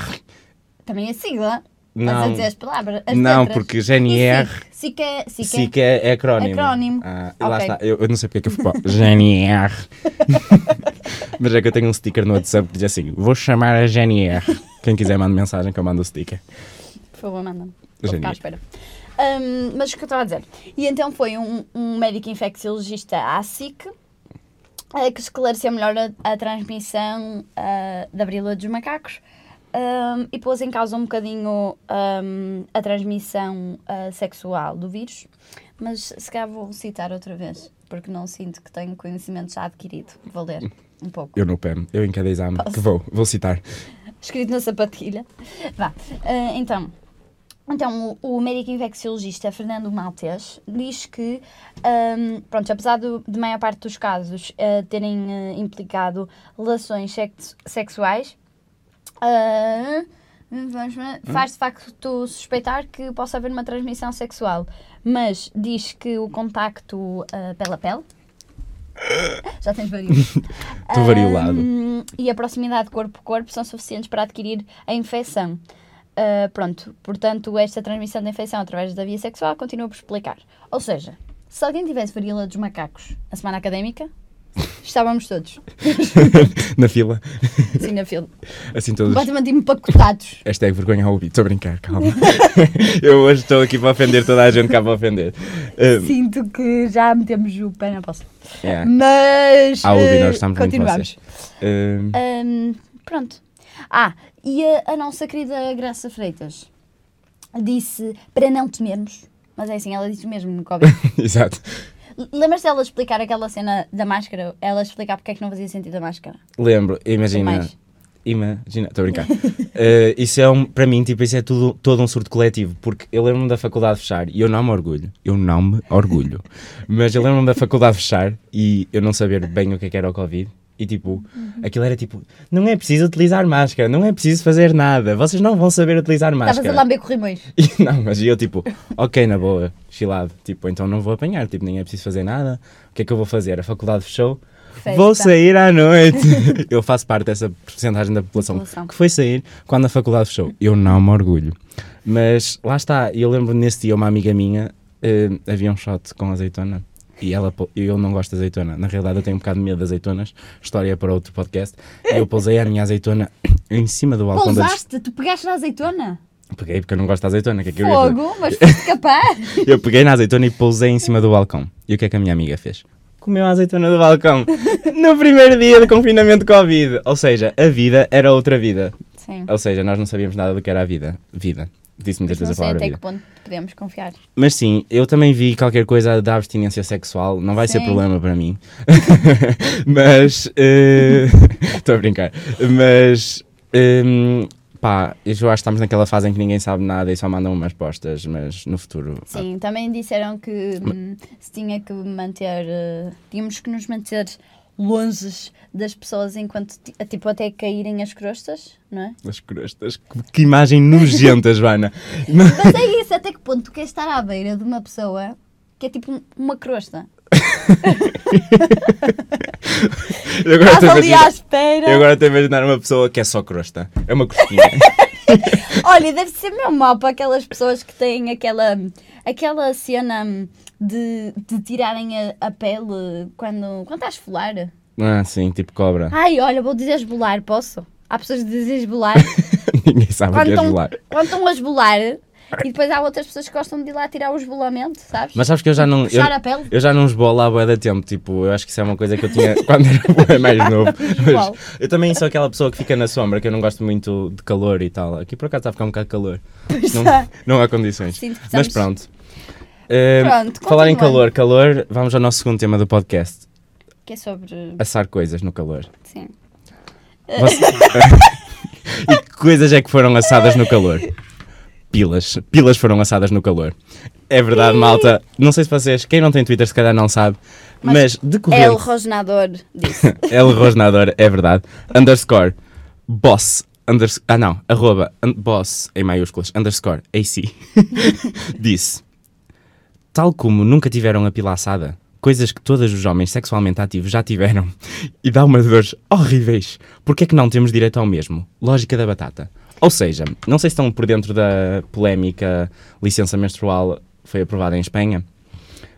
S3: Também é sigla. Estás a
S2: Não.
S3: dizer as palavras. Ah, As
S2: não,
S3: letras.
S2: porque GNR.
S3: SIC é, SIC é-
S2: SIC é, é acrónimo.
S3: Acrónimo.
S2: Ah, e lá
S3: Ok.
S2: está. Eu, eu não sei porque é que eu fui para o
S3: (laughs)
S2: GNR. Mas é que eu tenho um sticker no WhatsApp que diz assim: vou chamar a GNR. Quem quiser, manda mensagem que eu mando o sticker.
S3: Por favor, manda-me. Vou
S2: Genial.
S3: ficar à espera. Ahm, mas o que eu estava a dizer? E então foi um, um médico infecciologista à SIC eh, que esclareceu melhor a, a transmissão ah, da varíola dos macacos ahm, e pôs em causa um bocadinho ahm, a transmissão ah, sexual do vírus. Mas se calhar vou citar outra vez, porque não sinto que tenho conhecimento já adquirido. Vou ler um pouco.
S2: Eu no PEM, eu em cada exame,
S3: Posso?
S2: que vou, vou citar.
S3: escrito na sapatilha. Vá. Ah, então, então o, o médico infecciologista Fernando Maltês diz que, ahm, pronto, apesar do- de maior parte dos casos ah, terem ah, implicado relações sex- sexuais, ah, vamos ver, faz de facto suspeitar que possa haver uma transmissão sexual, mas diz que o contacto ah, pele a pele já
S2: (laughs)
S3: tens varíola.
S2: Estou variolado.
S3: Ahm, e a proximidade corpo a corpo são suficientes para adquirir a infecção. Ah, pronto, portanto, esta transmissão da infecção através da via sexual continua por explicar. Ou seja, se alguém tivesse varíola dos macacos na semana académica,
S2: (laughs)
S3: estávamos todos.
S2: Na fila.
S3: Sim, na fila.
S2: Assim todos.
S3: Completamente empacotados.
S2: Hashtag vergonha ao ouvido. Estou a brincar, calma. (laughs) eu hoje estou aqui para ofender toda a gente cá para ofender. Um,
S3: Sinto que já metemos o pé na poça.
S2: Yeah.
S3: Mas.
S2: é. Ao ouvido,
S3: ah,
S2: nós estamos muito
S3: continuamos.
S2: vocês. Um,
S3: Ahm, pronto. Ah, e a, a nossa querida Graça Freitas disse para não temermos, mas é assim, ela disse mesmo
S2: (laughs)
S3: no Covid.
S2: (laughs) Exato.
S3: L- Lembras-te dela explicar aquela cena da máscara? Ela explicar porque é que não fazia sentido a máscara?
S2: Lembro, imagina.
S3: mais?
S2: Imagina, estou a brincar. Eh, isso é um, para mim, tipo, isso é tudo, todo um surto coletivo, porque eu lembro-me da faculdade fechar e eu não me orgulho, eu não me orgulho, mas eu lembro-me da faculdade fechar e eu não saber bem o que é que era o Covid e tipo,
S3: Uhum.
S2: aquilo era tipo, não é preciso utilizar máscara, não é preciso fazer nada, vocês não vão saber utilizar
S3: Estavas a
S2: máscara.
S3: lamber corrimões.
S2: (laughs) E não, mas eu tipo, ok, na boa, chilado, tipo, então não vou apanhar, tipo, nem é preciso fazer nada, o que é que eu vou fazer? A faculdade fechou, vou
S18: Festa.
S2: sair à noite. (laughs) eu faço parte dessa porcentagem da população,
S18: População.
S2: que foi sair quando a faculdade fechou. Eu não me orgulho. Mas lá está, eu lembro nesse dia uma amiga minha, eh, havia um shot com azeitona. E ela, pô- eu não gosto de azeitona. Na realidade, eu tenho um bocado de medo de azeitonas. História para outro podcast. Eu pousei a minha azeitona (coughs) em cima do balcão da
S3: Pousaste? Tu pegaste na azeitona?
S2: Peguei porque eu não gosto de azeitona. O que é que eu ia fazer?
S3: Fogo, mas foste
S2: (laughs)
S3: capaz.
S2: Eu peguei na azeitona e pousei em cima do balcão. E o que é que a minha amiga fez? Comeu a azeitona do balcão (laughs) no primeiro dia de confinamento Covid. Ou seja, a vida era outra vida.
S3: Sim.
S2: Ou seja, nós não sabíamos nada do que era a vida. Vida. Disse muitas
S3: Não
S2: vezes a
S3: sei
S2: palavra
S3: até
S2: vida.
S3: que ponto podemos confiar.
S2: Mas sim, eu também vi qualquer coisa da abstinência sexual, não vai
S3: Sim.
S2: ser problema para mim. (laughs) Mas. eh, (laughs) Estou a brincar. Mas. hum, pá, eu acho que estamos naquela fase em que ninguém sabe nada e só mandam umas postas, mas no futuro. pá,
S3: Sim, também disseram que hum, se tinha que manter, eh, tínhamos que nos manter longe das pessoas enquanto, ti- tipo, até caírem as crostas,
S2: (laughs)
S3: não é?
S2: As crostas. Que, que imagem nojenta,
S3: (laughs)
S2: Joana.
S3: Mas é isso, até que ponto tu queres estar à beira de uma pessoa que é tipo um- uma crosta?
S2: Eu agora
S3: Estás
S2: estou a
S3: ali
S2: imaginar-
S3: à espera.
S2: Eu agora estou a imaginar uma pessoa que é só crosta. É uma crostinha.
S3: (laughs) Olha, deve ser meu mal para aquelas pessoas que têm aquela, aquela cena hum, de, de tirarem a, a pele quando, quando estás a folar.
S2: ah, sim, tipo cobra.
S3: Ai, olha, vou dizer esbolar, posso? Há pessoas que dizem esbolar.
S2: (laughs) Ninguém sabe o que é
S3: estão-
S2: rolar.
S3: quando estão a esbolar e depois há outras pessoas que gostam de ir lá tirar o esbolamento, sabes?
S2: Mas sabes que eu já não. Eu,
S3: Puxar a pele.
S2: eu já não esbolo há bué da tempo. Tipo, eu acho que isso é uma coisa que eu
S3: (laughs)
S2: tinha quando era bué mais novo. Mas
S3: Esbolo.
S2: eu também sou aquela pessoa que fica na sombra, que eu não gosto muito de calor e tal. Aqui por acaso está a ficar um bocado de calor.
S3: Pois
S2: não,
S3: está.
S2: não há condições.
S3: Sinto que
S2: Mas
S3: estamos-
S2: pronto. Ahm,
S3: Pronto,
S2: falar em
S3: continuando.
S2: calor, calor, vamos ao nosso segundo tema do podcast:
S3: Que é sobre.
S2: assar coisas no calor.
S3: Sim. Eh,
S2: Você- (laughs) e que coisas é que foram assadas no calor? Pilas. Pilas foram assadas no calor. É verdade, malta. Não sei se vocês, quem não tem Twitter, se calhar não sabe, mas,
S3: É o
S2: decorrente.
S3: rosnador
S2: (laughs)
S3: disse.
S2: El Rosnador, é verdade. Underscore. Boss. Unders ah, não. Arroba. un- boss, em maiúsculas. Underscore. AC. (laughs) disse. Tal como nunca tiveram a pila assada, coisas que todos os homens sexualmente ativos já tiveram. E dá umas dores horríveis. Porquê é que não temos direito ao mesmo? Lógica da batata. Ou seja, não sei se estão por dentro da polémica licença menstrual foi aprovada em Espanha.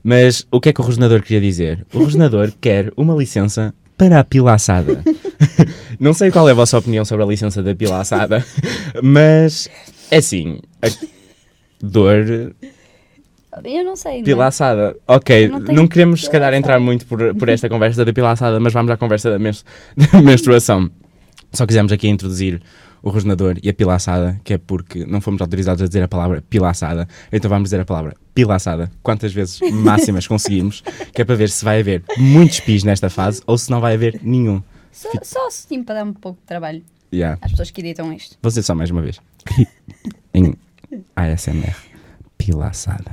S2: Mas o que é que o rosnador queria dizer? O rosnador quer uma licença para a pila assada. (laughs) Não sei qual é a vossa opinião sobre a licença da pila assada, mas é assim. A dor
S3: Eu não sei. não é?
S2: pila assada. Ok,
S3: Eu não
S2: não,
S3: tenho
S2: queremos se calhar entrar muito por, por esta conversa da pila assada, mas vamos à conversa da, mens- (laughs) da menstruação. Só quisemos aqui introduzir o rosnador e a pila assada, que é porque não fomos autorizados a dizer a palavra pila assada, então vamos dizer a palavra pila assada quantas
S3: (laughs)
S2: vezes máximas conseguimos, que é para ver se vai haver muitos pis nesta fase ou se não vai haver nenhum.
S3: Só, só assim para dar um pouco de trabalho
S2: Yeah.
S3: às pessoas que editam isto.
S2: Vou dizer só mais uma vez. (laughs) em ASMR. Pila assada.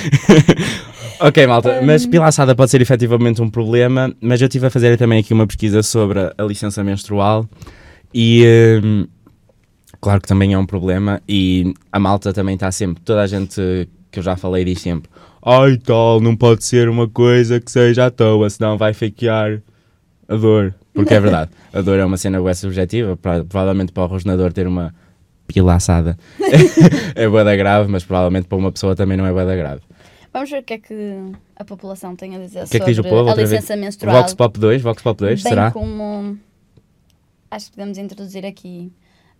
S2: (laughs) ok, malta, mas pila assada pode ser efetivamente um problema, mas eu estive a fazer também aqui uma pesquisa sobre a licença menstrual e. hum, Claro que também é um problema e a malta também está sempre, toda a gente que eu já falei diz sempre Ai tal, não pode ser uma coisa que seja à toa, senão vai fakear a dor. Porque é verdade, a dor é uma cena bué subjetiva, pra- provavelmente para o rosnador ter uma pila assada é bué da grave, mas provavelmente para uma pessoa também não é bué da grave.
S3: Vamos ver o que é que a população tem a dizer
S2: O que é que diz o
S3: sobre
S2: povo?
S3: a
S2: outra vez?
S3: licença menstrual.
S2: Vox Pop 2, Vox Pop 2,
S3: bem
S2: será?
S3: como acho que podemos introduzir aqui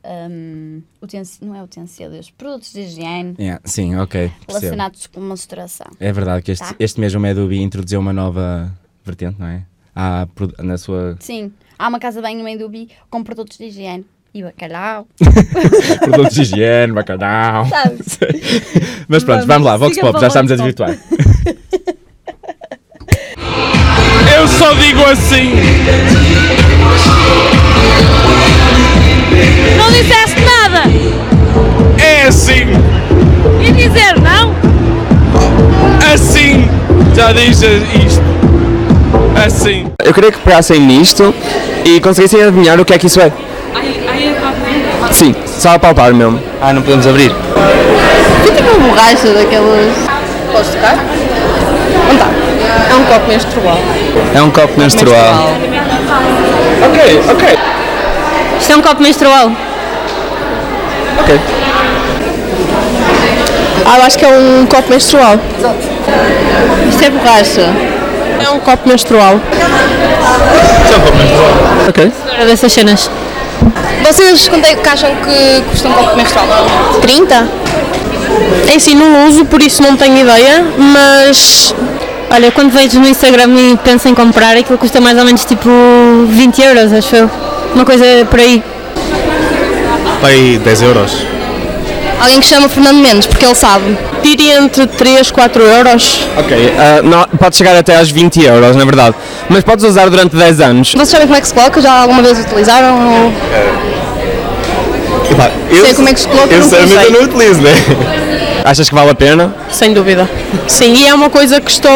S3: hum, utensi- não é utensílios, produtos de higiene
S2: Yeah, sim, ok, percebo.
S3: relacionados com menstruação.
S2: É verdade que este,
S3: Tá?
S2: este mês o Medubi introduziu uma nova vertente, não é? Há pro- na sua (laughs)
S3: Sim, há uma casa bem no meio do bi com produtos de higiene e bacalhau.
S2: (laughs) produtos de
S3: (laughs)
S2: higiene, bacalhau.
S3: Sabe?
S2: Mas pronto, vamos lá, Vox
S3: Tá. siga
S2: Pop,
S3: para
S2: já
S3: o
S2: estamos a
S3: Vox
S2: desvirtuar.
S5: Eu só digo assim.
S1: Não disseste nada!
S18: É assim!
S1: E dizer não?
S18: Assim! Já diz isto. Assim.
S14: Eu queria que pegassem nisto e conseguissem adivinhar o que é que isso é. Sim, só a palpar mesmo. Ah, não podemos abrir.
S4: Tem tipo uma borracha daquelas. Posso tocar? Não tá. É um copo menstrual.
S14: É um copo menstrual.
S11: é
S12: Ok, ok. Isto é um copo menstrual.
S14: Ok.
S4: Ah, eu acho que é um copo menstrual. Isto é borracha. É um copo menstrual.
S14: Ok.
S12: Agora dessas cenas.
S7: Vocês quanto é que acham que custa um copo menstrual?
S12: 30? É assim, não uso, por isso não tenho ideia, mas olha, quando vejo no Instagram e penso em comprar, aquilo custa mais ou menos tipo 20 euros, acho eu. Uma coisa por aí.
S19: Pai, 10 euros.
S7: Alguém que chama Fernando Mendes, porque ele sabe.
S4: Diria entre 3, 4 euros.
S14: Ok, ah, não, pode chegar até aos 20 euros, na verdade. Mas podes usar durante 10 anos.
S7: Vocês sabem como é que se coloca? Já alguma vez utilizaram? Ou...
S19: Epá, eu,
S7: Sei como é que se coloca,
S19: Eu
S7: nunca
S19: sinceramente
S7: usei.
S19: eu não utilizo, né?
S14: (laughs) Achas que vale a pena?
S20: Sem dúvida. Sim, e é uma coisa que estou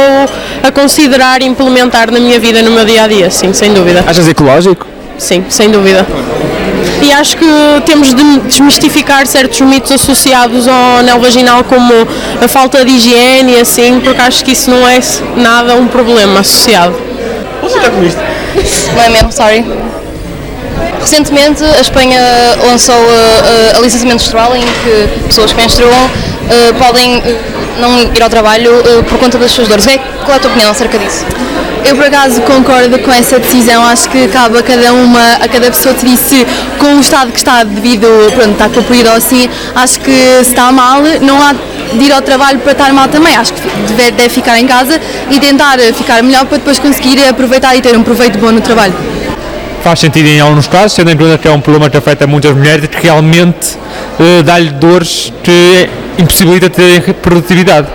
S20: a considerar implementar na minha vida, no meu dia a dia, sim, sem dúvida.
S14: Achas ecológico?
S20: Sim, sem dúvida. E acho que temos de desmistificar certos mitos associados ao anel vaginal, como a falta de higiene e assim, porque acho que isso não é nada um problema associado.
S7: Posso ficar com isto? Não é mesmo, sorry. Recentemente a Espanha lançou uh, uh, a licença menstrual em que pessoas que menstruam uh, podem uh, não ir ao trabalho uh, por conta das suas dores. É- Qual é a tua opinião acerca disso?
S21: Eu por acaso concordo com essa decisão, acho que cabe a cada uma, a cada pessoa decidir se com o estado que está devido, pronto, está concluído ou assim, acho que se está mal, não há de ir ao trabalho para estar mal também, acho que deve, deve ficar em casa e tentar ficar melhor para depois conseguir aproveitar e ter um proveito bom no trabalho.
S13: Faz sentido em alguns casos, tendo em conta que é um problema que afeta muitas mulheres e que realmente eh, dá-lhe dores que é impossibilita terem produtividade.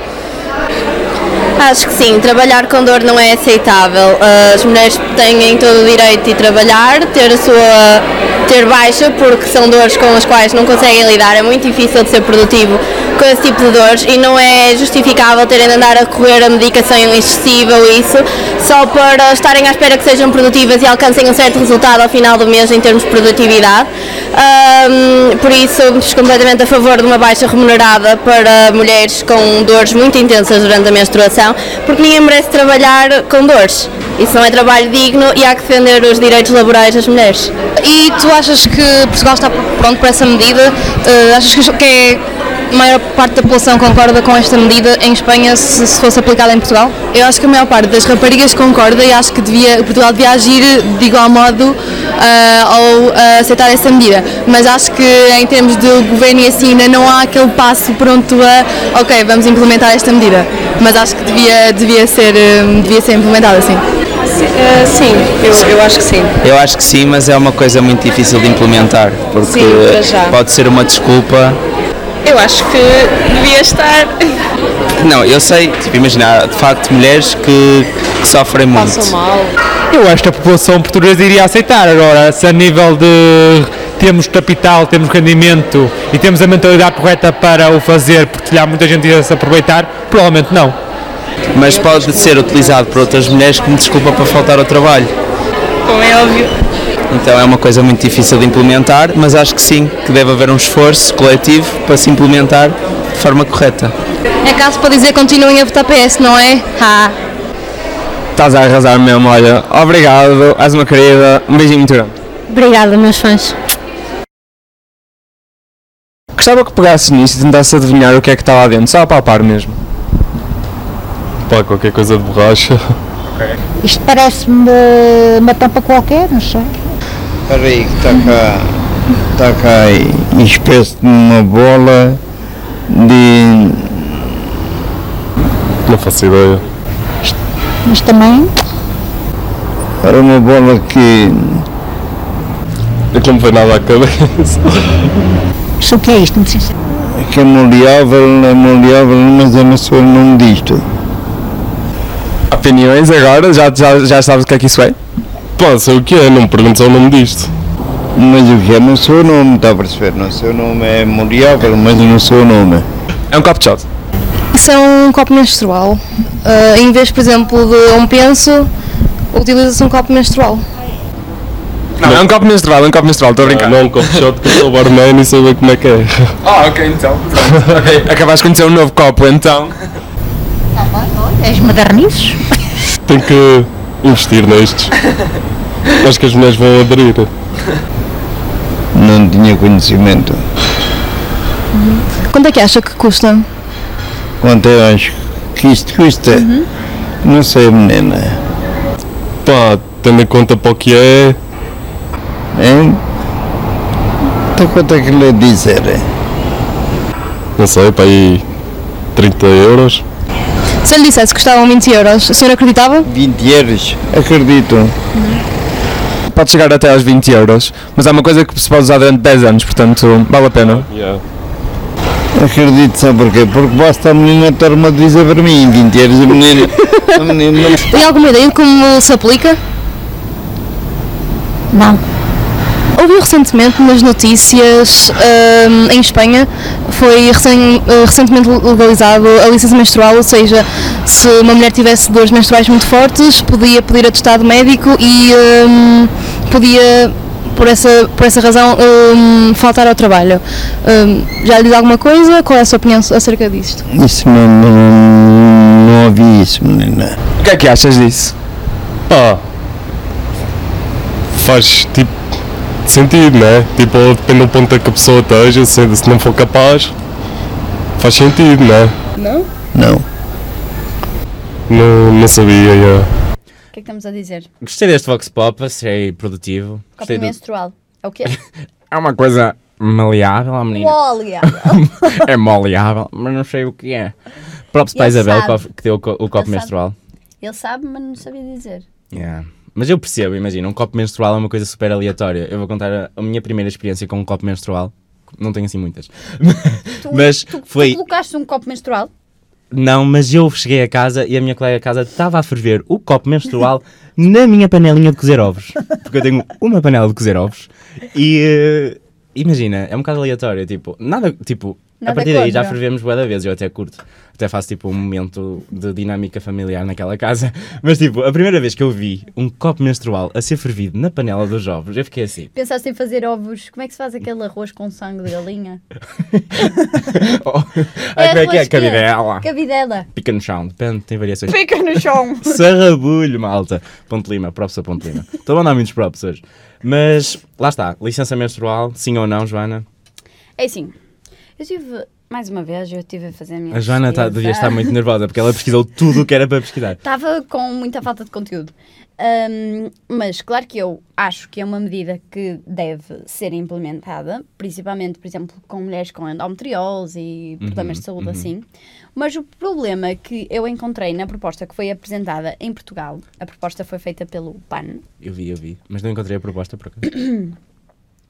S22: Acho que sim, trabalhar com dor não é aceitável. Ah, As mulheres têm todo o direito de trabalhar, ter a sua ter baixa porque são dores com as quais não conseguem lidar, é muito difícil de ser produtivo com esse tipo de dores e não é justificável terem de andar a correr a medicação excessiva ou isso só para estarem à espera que sejam produtivas e alcancem um certo resultado ao final do mês em termos de produtividade. Ahm, por isso, somos completamente a favor de uma baixa remunerada para mulheres com dores muito intensas durante a menstruação, porque ninguém merece trabalhar com dores. Isso não é trabalho digno e há que defender os direitos laborais das mulheres.
S7: E tu achas que Portugal está pronto para essa medida? Uh, achas que- que é- a maior parte da população concorda com esta medida em Espanha se, se fosse aplicada em Portugal?
S21: Eu acho que a maior parte das raparigas concorda e acho que devia, Portugal devia agir de igual modo ah, ao ah, aceitar essa medida. Mas acho que em termos de governo e assim ainda não há aquele passo pronto a ok, vamos implementar esta medida. Mas acho que devia, devia, ser, ah, devia ser implementada assim.
S11: Ah, sim, eu, eu acho que sim.
S10: Eu acho que sim, mas é uma coisa muito difícil de implementar, porque
S11: Sim, para já.
S10: pode ser uma desculpa.
S11: Eu acho que devia estar.
S10: Não, eu sei, tipo, imagina, há de facto mulheres que, que sofrem muito.
S11: mal.
S13: Eu acho que a população portuguesa iria aceitar. Agora, se a nível de temos capital, temos rendimento e temos a mentalidade correta para o fazer, porque há muita gente a se aproveitar, provavelmente não.
S10: Mas pode ser utilizado por outras mulheres como desculpa para faltar ao trabalho.
S11: Como é óbvio.
S10: Então é uma coisa muito difícil de implementar, mas acho que sim, que deve haver um esforço coletivo para se implementar de forma correta.
S7: É caso para dizer continuem a votar PS, não é? Ah.
S14: Estás a arrasar mesmo, olha. Obrigado, és uma querida. Um beijinho muito grande.
S12: Obrigada, meus fãs.
S14: Gostava que pegasses nisto e tentasse adivinhar o que é que está lá dentro, só a palpar mesmo.
S15: Pá, qualquer coisa de borracha.
S17: Isto parece-me uma tampa qualquer, não sei.
S16: Espera aí, que está cá. Está cá aí. Espécie de uma bola de.
S15: Não faço ideia.
S17: Mas também
S16: Era uma bola que.
S15: Eu que não me veio nada à cabeça.
S17: Mas o que é isto? Muito sincero.
S16: que é maleável, é maleável, mas eu não sou o nome disto.
S14: Opiniões agora? Já, já, já sabes o que é que isso é?
S15: Pá, sei o que é, não me perguntes o nome disto.
S16: Mas o que é no seu nome, está a perceber? No seu nome é muriável, mas no seu nome.
S14: É um copo de shot.
S7: Isso é um copo menstrual. Ah, em vez, por exemplo, de um penso, utiliza-se um copo menstrual.
S14: Não, é um copo menstrual, é um copo menstrual, estou a brincar.
S15: Não, um copo de shot que eu sou barman e sei bem como é que (laughs) é.
S14: Ah, ok, então. Pronto. (laughs) ok, acabaste de conhecer um novo copo, então.
S17: Tá És modernices?
S15: Tenho que investir nestes. Acho que as mulheres vão aderir.
S16: Não tinha conhecimento.
S7: Quanto é que acha que custa?
S16: Quanto eu acho que isto custa?
S14: Uhum.
S16: Não sei, menina.
S15: Pá, tendo em conta para o que é.
S16: Hein? Então quanto é que lhe dizer?
S15: Não sei, para aí 30 euros.
S7: Se eu lhe dissesse que custavam 20 euros, o senhor acreditava?
S16: 20 euros? Acredito.
S14: Pode chegar até aos 20 euros, mas é uma coisa que se pode usar durante 10 anos, portanto, vale a pena.
S16: Acredito, sabe porquê? Porque basta a menina estar-me a dizer para mim, 20 euros a menina. A
S14: (laughs)
S16: menina
S7: Tem alguma ideia de como se aplica? Não. Ouviu um recentemente nas notícias ahm, em Espanha, foi recen- eh, recentemente legalizado a licença menstrual, ou seja, se uma mulher tivesse dores menstruais muito fortes, podia pedir atestado médico e ahm, podia, por essa, por essa razão, ahm, faltar ao trabalho. Ahm, já lhe diz alguma coisa? Qual é a sua opinião acerca disto?
S16: Isso não, não, não ouvi isso, menina.
S14: O que é que achas disso?
S15: Pá, faz tipo sentido, né? Tipo, depende do ponto em que a pessoa esteja, se, se não for capaz, faz sentido, né?
S3: Não? O
S15: Não. Não, sabia, yeah.
S3: que é que estamos a dizer?
S2: Gostei deste Vox Pop, achei produtivo.
S3: Copo
S2: Gostei do-
S3: menstrual.
S2: (laughs)
S3: É o quê?
S2: É uma coisa maleável, a menina.
S3: Olha!
S2: (laughs) é maleável, mas não sei o que é. Props para a
S3: Ele
S2: Isabel
S3: sabe.
S2: que deu o co- o
S3: Ele sabe.
S2: copo menstrual.
S3: Ele sabe, mas não sabia dizer.
S2: Yeah. Mas eu percebo, imagina, um copo menstrual é uma coisa super aleatória. Eu vou contar a, a minha primeira experiência com um copo menstrual. Não tenho assim muitas. (laughs) mas foi.
S3: Tu colocaste um copo menstrual?
S2: Não, mas eu cheguei a casa e a minha colega a casa estava a ferver o copo menstrual (laughs) na minha panelinha de cozer ovos. Porque eu tenho uma panela de cozer ovos e. eh, imagina, é um bocado aleatório. Tipo, nada. Tipo,
S6: Nada
S2: a partir daí já
S6: contra.
S2: fervemos boa da vez. Eu até curto. Até faço tipo um momento de dinâmica familiar naquela casa. (laughs) Mas tipo, a primeira vez que eu vi um copo menstrual a ser fervido na panela dos ovos, eu fiquei assim.
S3: Pensaste em fazer ovos? Como é que se faz aquele arroz com sangue
S2: (laughs)
S3: de galinha?
S2: Ai, como é que é?
S3: arroz quente.
S2: Cabidela.
S3: Cabidela.
S2: Pica no chão, depende, tem variações.
S3: Pica no chão.
S2: (laughs) Sarrabulho, malta. Ponte Lima, props a Ponte Lima. Estou a mandar muitos props hoje. Mas, lá está, licença menstrual, sim ou não, Joana?
S3: É assim, eu tive, mais uma vez, eu tive a fazer a minha
S2: A Joana tá,
S3: pesquisa.
S2: devia estar
S3: (laughs)
S2: muito nervosa porque ela pesquisou tudo o que era para pesquisar.
S3: Estava com muita falta de conteúdo. Ahm, mas claro que eu acho que é uma medida que deve ser implementada, principalmente, por exemplo, com mulheres com endometriose e problemas
S9: Uhum,
S3: de saúde
S9: uhum.
S3: assim. Mas o problema que eu encontrei na proposta que foi apresentada em Portugal, a proposta foi feita pelo PAN,
S2: Eu vi, eu vi. Mas não encontrei a proposta por acaso.
S3: (coughs)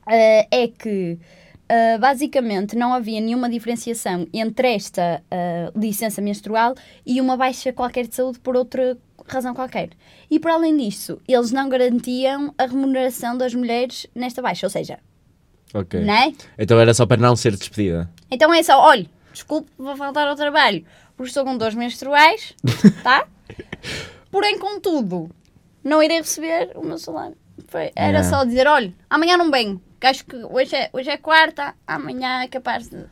S3: eh, é que eh, basicamente não havia nenhuma diferenciação entre esta eh, licença menstrual e uma baixa qualquer de saúde por outra razão qualquer. E para além disso, eles não garantiam a remuneração das mulheres nesta baixa, ou seja,
S2: Ok.
S3: Né?
S2: Então era só para não ser despedida.
S3: então é só, olha, desculpe, vou faltar ao trabalho, porque estou com dores
S2: (laughs)
S3: menstruais, tá? Porém, contudo, não irei receber o meu salário. Foi- era
S2: É.
S9: Yeah.
S3: só dizer, olha, amanhã não venho, que acho que hoje é, hoje é quarta, amanhã é capaz de...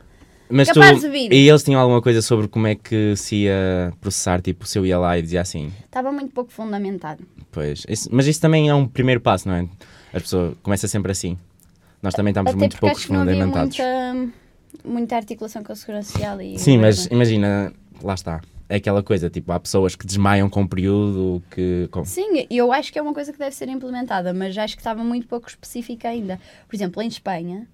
S2: Mas
S3: capaz
S2: tu.
S3: de vir.
S2: E eles tinham alguma coisa sobre como é que se ia processar, tipo, se eu ia lá e dizia assim.
S3: Estava muito pouco fundamentado.
S2: Pois. Isso- mas isso também é um primeiro passo, não é? As pessoas começam sempre assim. Nós também estamos
S3: Até
S2: muito
S3: porque
S2: poucos
S3: acho que não havia
S2: fundamentados.
S3: muita, muita articulação com a Segurança Social e...
S2: Sim, mas imagina, lá está. É aquela coisa, tipo, há pessoas que desmaiam com o período, que. Com...
S3: Sim, eu acho que é uma coisa que deve ser implementada, mas acho que estava muito pouco específica ainda. Por exemplo, em Espanha,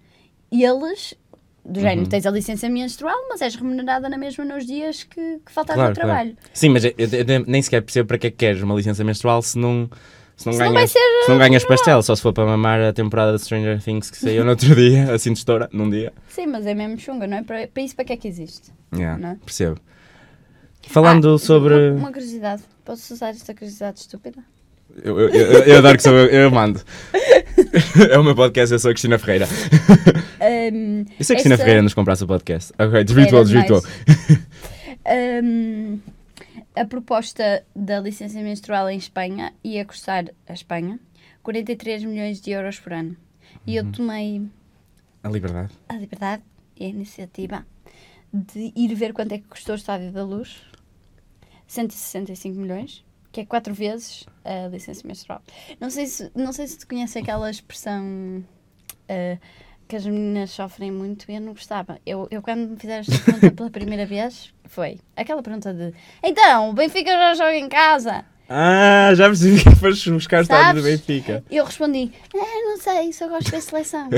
S3: eles, do género,
S2: Uhum.
S3: tens a licença menstrual, mas és remunerada na mesma nos dias que, que faltas
S2: Claro,
S3: ao tá trabalho.
S2: claro. Sim, mas eu, eu nem- nem sequer percebo para que é que queres uma licença menstrual se não. Se não,
S3: Se não vai
S2: ganhas,
S3: ser,
S2: se não
S3: uh,
S2: ganhas pastel, só se for para mamar a temporada de Stranger Things que saiu no outro (laughs) dia, assim de estoura, num dia.
S3: Sim, mas é mesmo chunga, não é? Para, para isso, para que é que existe?
S2: Yeah,
S3: Não é? Ah,
S2: Percebo. Falando sobre.
S3: Uma, uma curiosidade. Posso usar esta curiosidade estúpida?
S2: Eu, eu, eu, eu adoro que sou eu, eu mando. (laughs) é o meu podcast, eu sou a Cristina Ferreira.
S3: Ahm,
S2: E se a Cristina
S3: essa-
S2: Ferreira nos comprasse o podcast? Ok, desvirtuou,
S3: Era demais.
S2: desvirtuou.
S3: Ahm, a proposta da licença menstrual em Espanha ia custar a Espanha 43 milhões de euros por ano. E eu tomei
S2: A liberdade.
S3: a liberdade e a iniciativa de ir ver quanto é que custou o Estádio da Luz. 165 milhões, que é quatro vezes a licença menstrual. Não sei se, não sei se tu conheces aquela expressão ah, que as meninas sofrem muito e eu não gostava. Eu, eu quando me fizeram esta pergunta pela primeira vez, foi aquela pergunta de Então, o Benfica já joga em casa?
S2: Ah, já percebi que foste buscar o estádio do
S3: Sabes?
S2: Benfica.
S3: E eu respondi, "Ah, não sei, só gosto de ver seleção.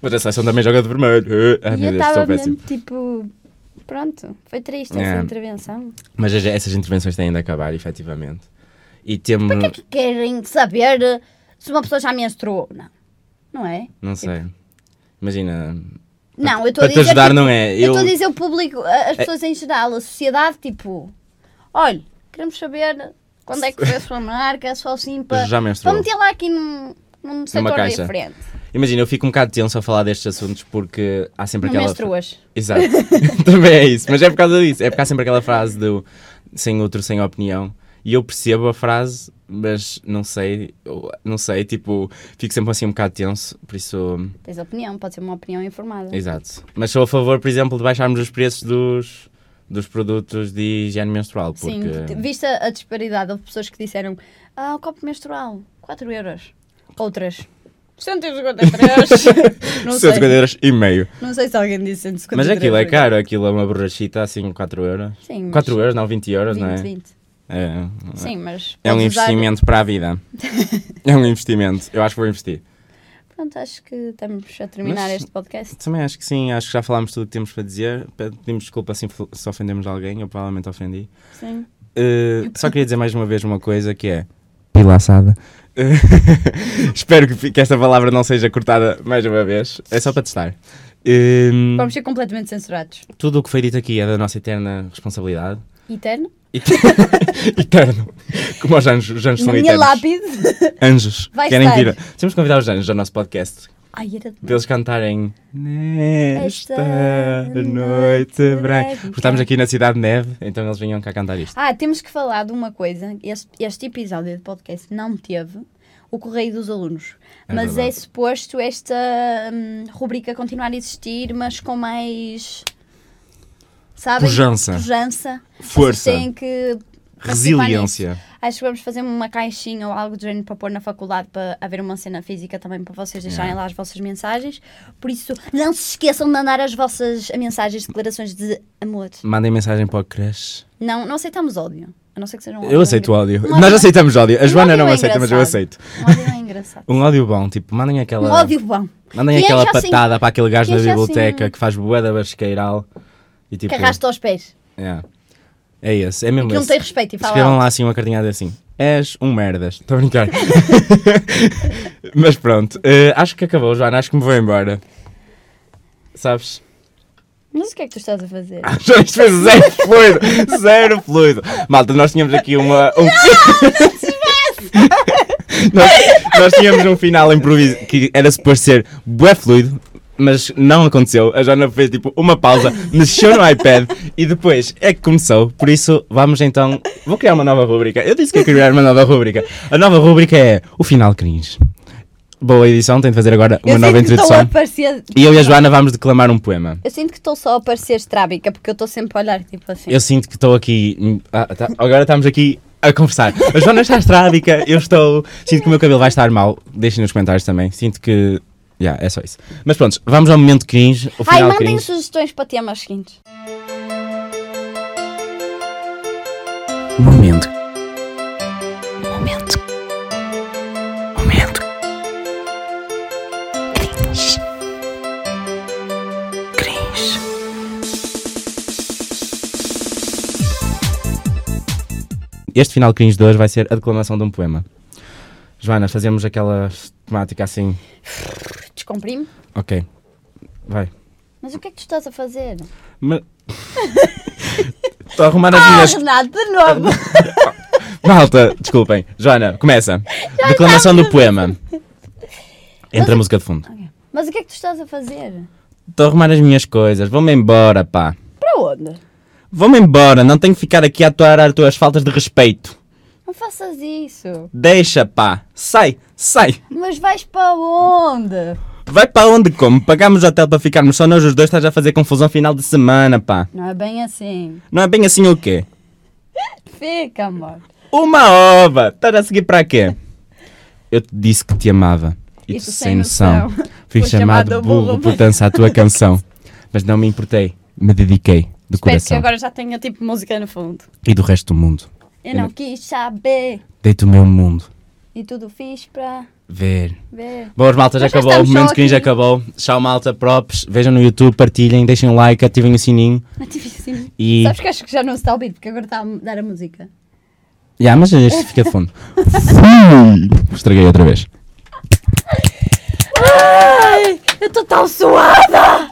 S2: Mas a seleção também joga de vermelho. Ah,
S3: e
S2: meu Deus,
S3: eu estava
S2: estou péssimo.
S3: mesmo tipo. Pronto, foi triste
S2: É.
S3: essa intervenção.
S2: Mas as- essas intervenções têm de acabar, efetivamente. E temos.
S3: é Querem saber se uma pessoa já menstruou? Não. Não é?
S2: Não sei. Imagina.
S3: Não, eu estou a
S2: Para te
S3: dizer.
S2: ajudar,
S3: tipo,
S2: não é?
S3: Eu
S2: Eu-
S3: estou a dizer o público, a- as
S2: É-
S3: pessoas em geral, a sociedade, tipo. Olha, queremos saber quando é que foi a sua marca, só assim para.
S2: Já menstruou.
S3: Para meter lá aqui num, num
S2: Numa
S3: setor
S2: caixa.
S3: diferente.
S2: Imagina, eu fico um bocado tenso a falar destes assuntos porque há sempre
S3: Não
S2: aquela.
S3: menstruas.
S2: Exato. (laughs) Também é isso. Mas é por causa disso. É porque há sempre aquela frase do sem outro, sem opinião. E eu percebo a frase, mas não sei. eu- Não sei. Tipo, fico sempre assim um bocado tenso. Por isso.
S3: Tens opinião, pode ser uma opinião informada.
S2: Exato. Mas sou a favor, por exemplo, de baixarmos os preços dos, dos produtos de higiene menstrual. Porque...
S3: Sim, porque vista a disparidade, houve pessoas que disseram ah, o copo menstrual, 4 euros. Outras,
S2: (laughs)
S3: 153. (laughs) não, sei.
S2: 150 euros e meio.
S3: não sei se alguém disse 153.
S2: Mas aquilo é
S3: euros.
S2: caro, aquilo é uma borrachita assim, 4 euros.
S3: Sim, mas-
S2: 4 euros, não, 20 euros, não é?
S3: 20, 20.
S2: É,
S3: Sim, mas
S2: É um
S3: podes usar-
S2: investimento para a
S3: (laughs)
S2: vida. é um investimento. Eu acho que vou investir.
S3: Pronto, acho que estamos a terminar
S2: é. Mas-
S3: este podcast.
S2: Também acho que sim, acho que já falámos tudo o que temos para dizer. Pedimos desculpa se, influ- se ofendemos alguém, eu provavelmente ofendi.
S3: Sim.
S2: Eh, só queria dizer mais uma vez uma coisa que é. Pilaçada. (laughs) Espero que, fi- que esta palavra não seja cortada mais uma vez. É só para testar. Hum,
S3: Vamos ser completamente censurados.
S2: tudo o que foi dito aqui é da nossa eterna responsabilidade.
S3: Eterno?
S2: Et- (laughs) Eterno. Como os anjos, os anjos
S3: Na
S2: são
S3: minha
S2: eternos.
S3: lápide. (laughs)
S2: Anjos.
S3: Vai
S2: querem
S3: estar.
S2: vir. a- Temos que convidar os anjos ao nosso podcast.
S3: Ai, era
S2: Para eles cantarem Nesta noite branca. Porque estamos aqui na Cidade de Neve, então eles vinham cá cantar isto.
S3: Ah, temos que falar de uma coisa. Este, este episódio de podcast não teve o correio dos alunos.
S2: É
S3: mas
S2: verdade.
S3: é suposto esta hum, rubrica continuar a existir, mas com mais. Sabem?
S2: Pujança.
S3: Pujança.
S2: Força.
S3: Vocês Têm que. participar
S2: Resiliência.
S3: nisso. Acho que vamos fazer uma caixinha ou algo do género para pôr na faculdade para haver uma cena física também para vocês deixarem
S2: Yeah.
S3: lá as vossas mensagens. Por isso, não se esqueçam de mandar as vossas mensagens, declarações de amor.
S2: Mandem mensagem para o crush.
S3: Não, não aceitamos ódio. A não ser que seja um ódio.
S2: Eu aceito o
S3: engra-
S2: ódio.
S3: Um
S2: Nós aceitamos ódio. A
S3: um
S2: Joana
S3: ódio
S2: não
S3: é
S2: aceita, mas eu
S3: engraçado.
S2: aceito.
S3: Um ódio é engraçado.
S2: Um ódio bom, tipo, mandem (laughs) aquela.
S3: Um ódio bom.
S2: Mandem
S3: Que
S2: aquela
S3: enche assim-
S2: patada para aquele gajo
S3: que
S2: da
S3: enche assim
S2: biblioteca
S3: um-
S2: que faz bué da basqueiral. E tipo.
S3: Que arrasta aos pés.
S2: É. É esse, é mesmo
S3: que não
S2: esse.
S3: tem respeito e fala
S2: Escrevam
S3: alto.
S2: lá assim uma cartinhada assim. És um merdas. Estou a
S3: (laughs)
S2: brincar. Mas pronto, eh, acho que acabou, Joana. Acho que me vou embora. Sabes?
S3: Mas o que é que tu estás
S2: (laughs)
S3: a fazer?
S2: Já isto fez zero fluido. Zero fluido. Malta, nós tínhamos aqui uma. Um... nós, nós tínhamos um final improviso que era suposto ser bué fluido. Mas não aconteceu, a Joana fez tipo uma pausa, mexeu no iPad e depois é que começou. Por isso, vamos então. Vou criar uma nova rubrica. Eu disse que ia criar uma nova rubrica. A nova rubrica é o final cringe. Boa edição, tenho de fazer agora uma
S3: eu
S2: nova
S3: sinto que estou
S2: introdução.
S3: a parecer.
S2: E eu e a Joana vamos declamar um poema.
S3: Eu sinto que estou só a parecer estrábica porque eu estou sempre a olhar tipo assim.
S2: Eu sinto que estou aqui. hum, ah, tá- agora estamos aqui a conversar. A Joana está estrádica, eu estou. Sinto que o meu cabelo vai estar mal. Deixem nos comentários também. Sinto que. Já, é só isso. Mas pronto, vamos ao momento cringe. O
S3: Ai,
S2: final
S3: mandem
S2: cringe.
S3: sugestões para temas seguintes.
S2: Momento.
S3: Momento.
S2: Momento.
S5: Cringe.
S2: Cringe. Este final cringe de hoje vai ser a declamação de um poema. Joana, fazemos aquela temática assim.
S3: Descomprime.
S2: Ok. Vai.
S3: Mas o que é que tu estás a fazer?
S2: Ma- Estou a arrumar as
S3: ah,
S2: minhas.
S3: Renato, de novo!
S2: Malta, desculpem. Joana, começa. Declamação do
S3: (laughs)
S2: poema. Entra a música de fundo.
S3: Mas o que é que tu estás a fazer?
S2: Estou a arrumar as minhas coisas. Vou-me embora, pá.
S3: Para onde?
S2: Vou-me embora. Não tenho que ficar aqui a atuar as tuas faltas de respeito.
S3: Não faças isso.
S2: Deixa, pá. Sai, sai.
S3: Mas vais para onde?
S2: Vai para onde como? Pagámos hotel para ficarmos só nós os dois. Estás a fazer confusão final de semana, pá.
S3: Não é bem assim.
S2: Não é bem assim o quê?
S3: Fica, amor.
S2: Uma ova! Estás a seguir para quê? Eu te disse que te amava. E,
S1: E
S2: tu sem noção. Fui
S1: Foi
S2: chamado
S1: chamado
S2: burro
S1: burro.
S2: por dançar a tua canção. Mas não me importei. Me dediquei. De
S1: Espero que
S2: coração.
S1: agora já tenha tipo música no fundo.
S2: E do resto do mundo.
S3: Eu não quis saber.
S2: Deito o meu mundo.
S3: E tudo fiz para
S2: Ver.
S3: ver.
S2: Boas malta, já
S3: Nós já
S2: acabou. O
S3: estamos só
S2: momento cringe
S3: aqui.
S2: acabou. Tchau malta, props. Vejam no YouTube, partilhem, deixem um like, ativem o sininho.
S3: Ativíssimo.
S2: E-
S3: assim. Sabes que acho que já não se está a ouvir, porque agora está a dar a música.
S2: Já, mas este fica de fundo. Estraguei outra vez.
S1: Ai, eu estou tão suada!